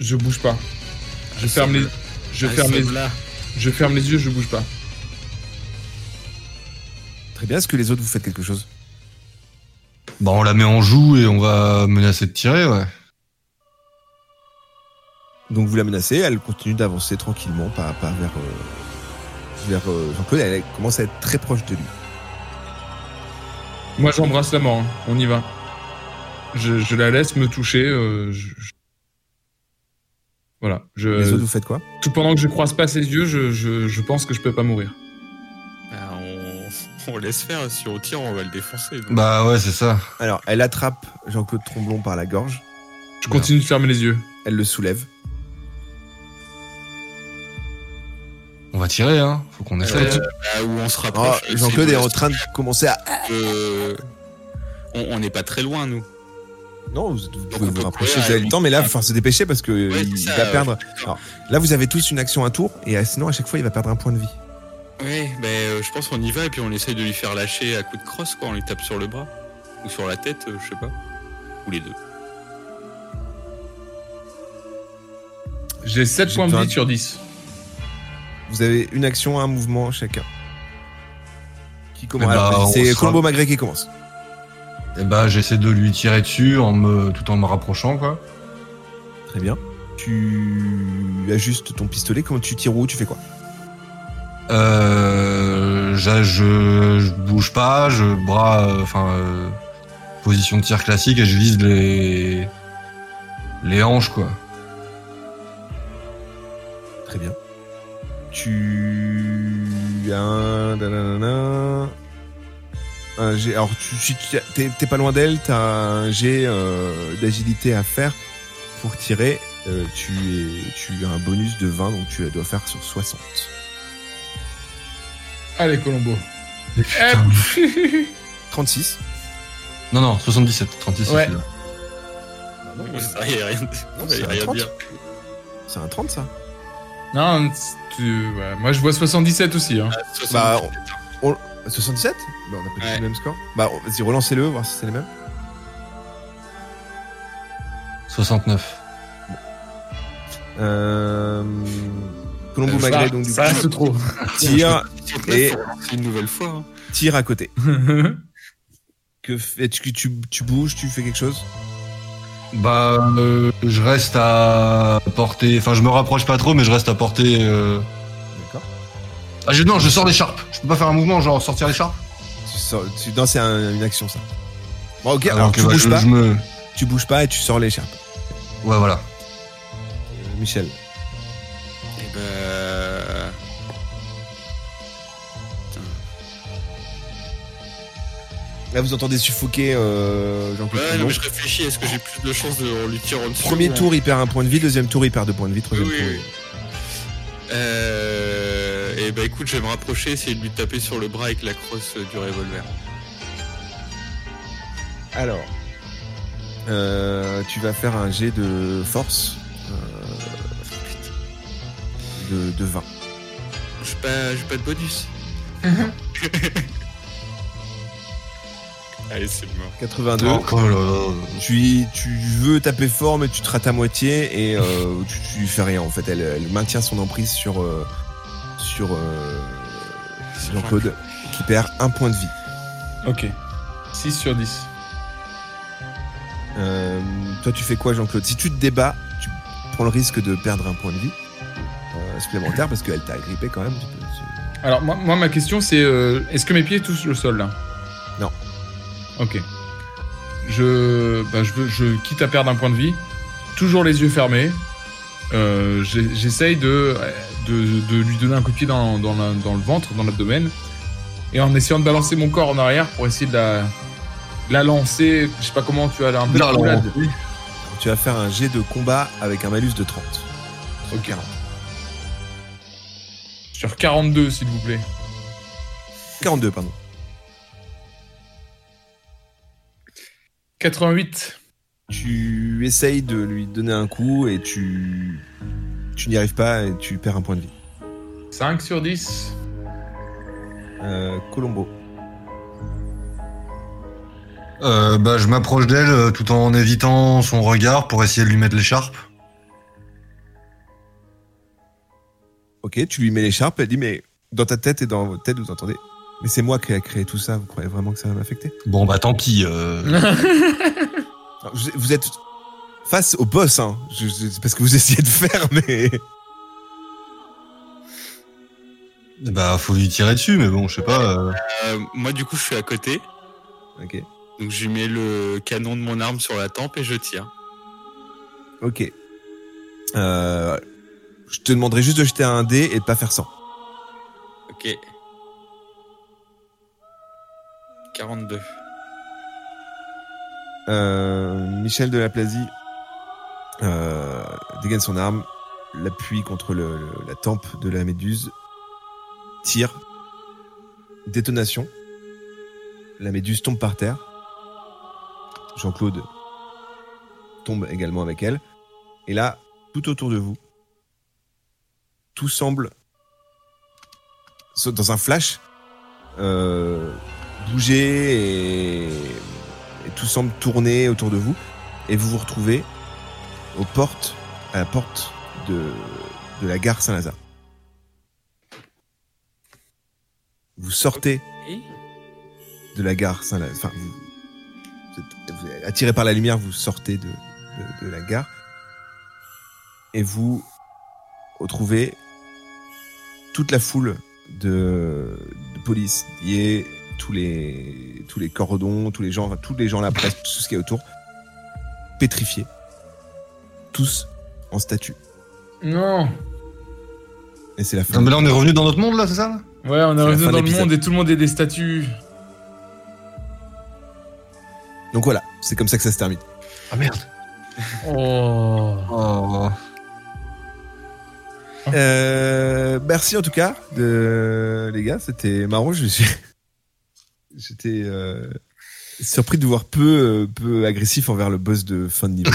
Speaker 4: Je bouge pas. Je ferme les, je ferme les,
Speaker 3: Ah, là.
Speaker 4: je ferme les yeux, je bouge pas.
Speaker 1: Très bien. Est-ce que les autres vous faites quelque chose
Speaker 2: Bah, on la met en joue et on va menacer de tirer, ouais.
Speaker 1: Donc vous la menacez. Elle continue d'avancer tranquillement, pas à pas vers euh, vers euh, Jean-Claude. Elle commence à être très proche de lui.
Speaker 4: Moi, j'embrasse la mort. hein. On y va. Je, je la laisse me toucher. euh, je- je- Voilà.
Speaker 3: Euh.
Speaker 1: Les autres,
Speaker 4: Je...
Speaker 1: vous faites quoi
Speaker 4: Tout pendant que je croise pas ses yeux, je, je, je pense que je peux pas mourir.
Speaker 3: Bah, on... on laisse faire. Si on tire, on va le défoncer. donc.
Speaker 2: Bah, ouais, c'est ça.
Speaker 1: Alors, elle attrape Jean-Claude Tromblon par la gorge.
Speaker 4: Je continue de fermer les yeux.
Speaker 1: Elle le soulève.
Speaker 2: On va va tirer, hein. Faut qu'on essaye.
Speaker 3: Euh, bah, où
Speaker 4: ah,
Speaker 3: on se
Speaker 1: Oh,
Speaker 3: rapproche. c'est
Speaker 1: Jean-Claude
Speaker 3: de
Speaker 1: est
Speaker 3: la
Speaker 1: en train de commencer à.
Speaker 3: sorte que- On on n'est pas très loin, nous.
Speaker 1: Non, vous, vous
Speaker 3: on
Speaker 1: pouvez
Speaker 3: peut
Speaker 1: vous rapprocher,
Speaker 3: courir,
Speaker 1: vous avez le
Speaker 3: ouais.
Speaker 1: temps, mais là, enfin, se dépêcher parce que
Speaker 3: Ouais,
Speaker 1: il,
Speaker 3: c'est
Speaker 1: il
Speaker 3: ça,
Speaker 1: va
Speaker 3: euh,
Speaker 1: perdre.
Speaker 3: je suis d'accord.
Speaker 1: Alors, là, vous avez tous une action à tour, et euh, sinon, à chaque fois, il va perdre un point de vie.
Speaker 3: Ouais, bah, euh, je pense qu'on y va et puis on essaye de lui faire lâcher à coups de crosse, quoi. On lui tape sur le bras. Ou sur la tête, euh, je sais pas. Ou les deux.
Speaker 4: J'ai 7
Speaker 1: J'ai
Speaker 4: points de
Speaker 1: besoin-
Speaker 4: vie sur 10.
Speaker 1: Vous avez une action, un mouvement chacun. Qui commence
Speaker 2: Eh ben,
Speaker 1: Alors,
Speaker 2: on
Speaker 1: C'est
Speaker 2: sera-
Speaker 1: Combo Magré qui commence.
Speaker 2: Et bah, j'essaie de lui tirer dessus en me, tout en me rapprochant, quoi.
Speaker 1: Très bien. Tu ajustes ton pistolet, comment tu tires où, tu fais quoi
Speaker 2: Euh, j'a- je, je bouge pas, je bras, euh, enfin, euh, position de tir classique et je vise les, les hanches, quoi.
Speaker 1: Très bien. Tu as un... nanana. Un jet- Alors, tu, si tu- t'es, t'es pas loin d'elle, t'as un jet euh, d'agilité à faire pour tirer. Euh, tu, es- tu as un bonus de 20, donc tu la dois faire sur 60.
Speaker 4: Allez, Colombo. Eh,
Speaker 2: Putain.
Speaker 1: 36.
Speaker 2: Non, non, 77, 36.
Speaker 4: Ouais.
Speaker 2: c'est là.
Speaker 3: Ah Ça, y a rien,
Speaker 1: Non,
Speaker 3: ça, y
Speaker 1: c'est
Speaker 3: a rien
Speaker 1: un
Speaker 3: à dire.
Speaker 1: C'est un 30, ça
Speaker 4: non, tu- ouais, moi je vois 77 aussi. Hein.
Speaker 3: Ah,
Speaker 1: Bah,
Speaker 3: 77.
Speaker 1: 77 Bah, On a pas
Speaker 3: Ouais.
Speaker 1: du tout le même score. Bah, on- vas-y, relancez-le, voir si c'est les mêmes.
Speaker 2: 69.
Speaker 1: Euh... Colombo
Speaker 3: Euh, ça-
Speaker 1: Magret, donc du
Speaker 4: ça
Speaker 1: coup,
Speaker 4: c'est trop.
Speaker 1: tire, Et-
Speaker 3: Et une nouvelle fois. hein.
Speaker 1: tire à côté. Que fais-tu que tu, tu bouges, tu fais quelque chose
Speaker 2: Bah, euh, je reste à portée, enfin, je me rapproche pas trop, mais je reste à portée. euh,
Speaker 1: D'accord.
Speaker 2: Ah, je, non, je sors l'écharpe. Je peux pas faire un mouvement, genre sortir l'écharpe.
Speaker 1: Tu sors, tu, non, c'est un- une action ça. Bon, ok, alors,
Speaker 2: Alors que,
Speaker 1: tu
Speaker 2: bah,
Speaker 1: bouges
Speaker 2: je-
Speaker 1: pas,
Speaker 2: je me-
Speaker 1: tu bouges pas et tu sors l'écharpe.
Speaker 2: Ouais, voilà.
Speaker 1: Euh, Michel.
Speaker 3: Eh ben...
Speaker 1: Là, vous entendez suffoquer euh, Jean-Claude.
Speaker 3: Ouais,
Speaker 1: Trudon.
Speaker 3: non, mais je réfléchis, est-ce que j'ai plus de chance de on lui tirer en dessous
Speaker 1: Premier
Speaker 3: ou-
Speaker 1: tour, il perd un point de vie. Deuxième tour, il perd deux points de vie.
Speaker 3: Oui,
Speaker 1: Troisième tour,
Speaker 3: oui. Euh... Et bah écoute, je vais me rapprocher, essayer de lui taper sur le bras avec la crosse euh, du revolver.
Speaker 1: il- Alors, euh, tu vas faire un jet de force euh, de, de 20.
Speaker 3: J'ai pas, j'ai pas de bonus. Allez, c'est mort.
Speaker 1: 82.
Speaker 2: Oh là là.
Speaker 1: Tu, y- tu veux taper fort, mais tu te rates à moitié et euh, tu, tu lui fais rien en fait. Elle, elle maintient son emprise sur, euh, sur euh, Jean-Claude qui perd un point de vie.
Speaker 4: ok. 6 sur 10.
Speaker 1: Euh, toi, tu fais quoi, Jean-Claude Si tu te débats, tu prends le risque de perdre un point de vie euh, supplémentaire parce qu'elle t'a agrippé quand même. Tu peux- tu-
Speaker 4: Alors, moi, moi, ma question, c'est euh, est-ce que mes pieds touchent le sol là
Speaker 1: Non.
Speaker 4: Ok. Je, bah, je, veux- je quitte à perdre un point de vie, toujours les yeux fermés. euh, j'ai- J'essaye de, de, de lui donner un coup de pied dans, dans, la- dans le ventre, dans l'abdomen, et en essayant de balancer mon corps en arrière pour essayer de la, de la lancer. Je sais pas comment tu as là, un peu
Speaker 2: La
Speaker 4: de roulade.
Speaker 1: Tu vas faire un jet de combat avec un malus de 30.
Speaker 4: Ok. Sur 42, s'il vous plaît.
Speaker 1: 42, pardon.
Speaker 4: 88.
Speaker 1: Tu essayes de lui donner un coup et tu, tu n'y arrives pas et tu perds un point de vie.
Speaker 4: 5 sur 10.
Speaker 1: Euh, Colombo.
Speaker 2: Euh, bah, je m'approche d'elle euh, tout en évitant son regard pour essayer de lui mettre l'écharpe.
Speaker 1: Ok, tu lui mets l'écharpe, elle dit mais dans ta tête et dans votre tête vous entendez. Mais c'est moi qui ai créé tout ça, vous croyez vraiment que ça va m'affecter
Speaker 2: Bon, bah tant pis. euh,
Speaker 1: Alors, vous, vous êtes face au boss, hein. Je, je- c'est parce que vous essayez de faire, mais
Speaker 2: bah, faut lui tirer dessus, mais bon, je sais pas. euh,
Speaker 3: Euh, moi, du coup, je suis à côté,
Speaker 1: ok.
Speaker 3: donc je lui mets le canon de mon arme sur la tempe et je tire.
Speaker 1: Ok. Euh, je te demanderai juste de jeter un dé et de pas faire 100.
Speaker 3: Ok. 42.
Speaker 1: Euh, Michel de la Plasie euh, dégaine son arme, l'appuie contre le- le- la tempe de la méduse Tire. Détonation. La méduse tombe par terre. Jean-Claude tombe également avec elle. Et là, tout autour de vous, tout semble, sauf dans un flash, euh, bouger et, et tout semble tourner autour de vous. Et vous vous retrouvez aux portes, à la porte de, de la gare Saint-Lazare. Vous sortez de la gare Saint-Lazare. Enfin, vous, vous êtes- vous êtes attiré par la lumière, vous sortez de, de- de la gare. Et vous retrouvez toute la foule de, de policiers, tous les, tous les cordons, tous les gens, enfin, tous les gens là, presque, tout ce qui est autour, pétrifiés. Tous en statue.
Speaker 4: Non.
Speaker 1: Et c'est la fin.
Speaker 2: Non, mais là, on est revenu dans notre monde, là, c'est ça là
Speaker 4: Ouais, on est
Speaker 1: la
Speaker 4: revenu
Speaker 1: fin de
Speaker 4: dans le
Speaker 1: l'épisode.
Speaker 4: monde et tout le monde est des statues.
Speaker 1: Donc voilà, c'est comme ça que ça se termine.
Speaker 2: Ah merde.
Speaker 4: Oh.
Speaker 2: Oh.
Speaker 1: Euh, merci en tout cas, de... les gars. C'était marrant. Je suis... J'étais euh, surpris de vous voir peu, euh, peu agressif envers le boss de fin de niveau.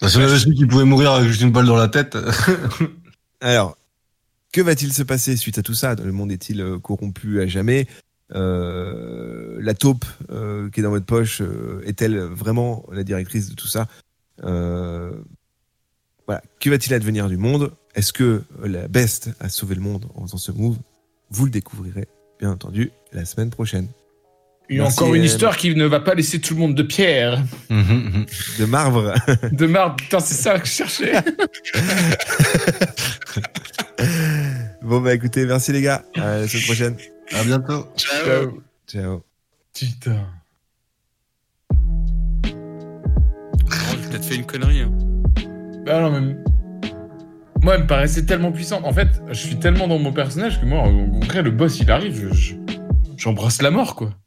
Speaker 2: Parce que j'avais su qu'il pouvait mourir avec juste une balle dans la tête.
Speaker 1: Alors, que va-t-il se passer suite à tout ça Le monde est-il euh, corrompu à jamais Euh, La taupe euh, qui est dans votre poche euh, est-elle vraiment la directrice de tout ça Euh, Voilà. Que va-t-il advenir du monde Est-ce que la Best a sauvé le monde en faisant ce move Vous le découvrirez, bien entendu, la semaine prochaine.
Speaker 4: Il y a
Speaker 1: Merci,
Speaker 4: encore une
Speaker 1: euh,
Speaker 4: histoire qui ne va pas laisser tout le monde de pierre.
Speaker 1: De marbre
Speaker 4: De marbre, putain, c'est ça que je cherchais.
Speaker 1: Ah Bon, bah écoutez, merci les gars. À la semaine prochaine.
Speaker 2: à bientôt.
Speaker 3: Ciao.
Speaker 4: Euh,
Speaker 1: Ciao.
Speaker 4: Putain.
Speaker 3: Oh, J'ai peut-être fait une connerie. hein.
Speaker 4: Bah non, mais... Moi, elle me paraissait tellement puissante. En fait, je suis tellement dans mon personnage que moi, en concret, le boss, il arrive, je- je- j'embrasse la mort, quoi.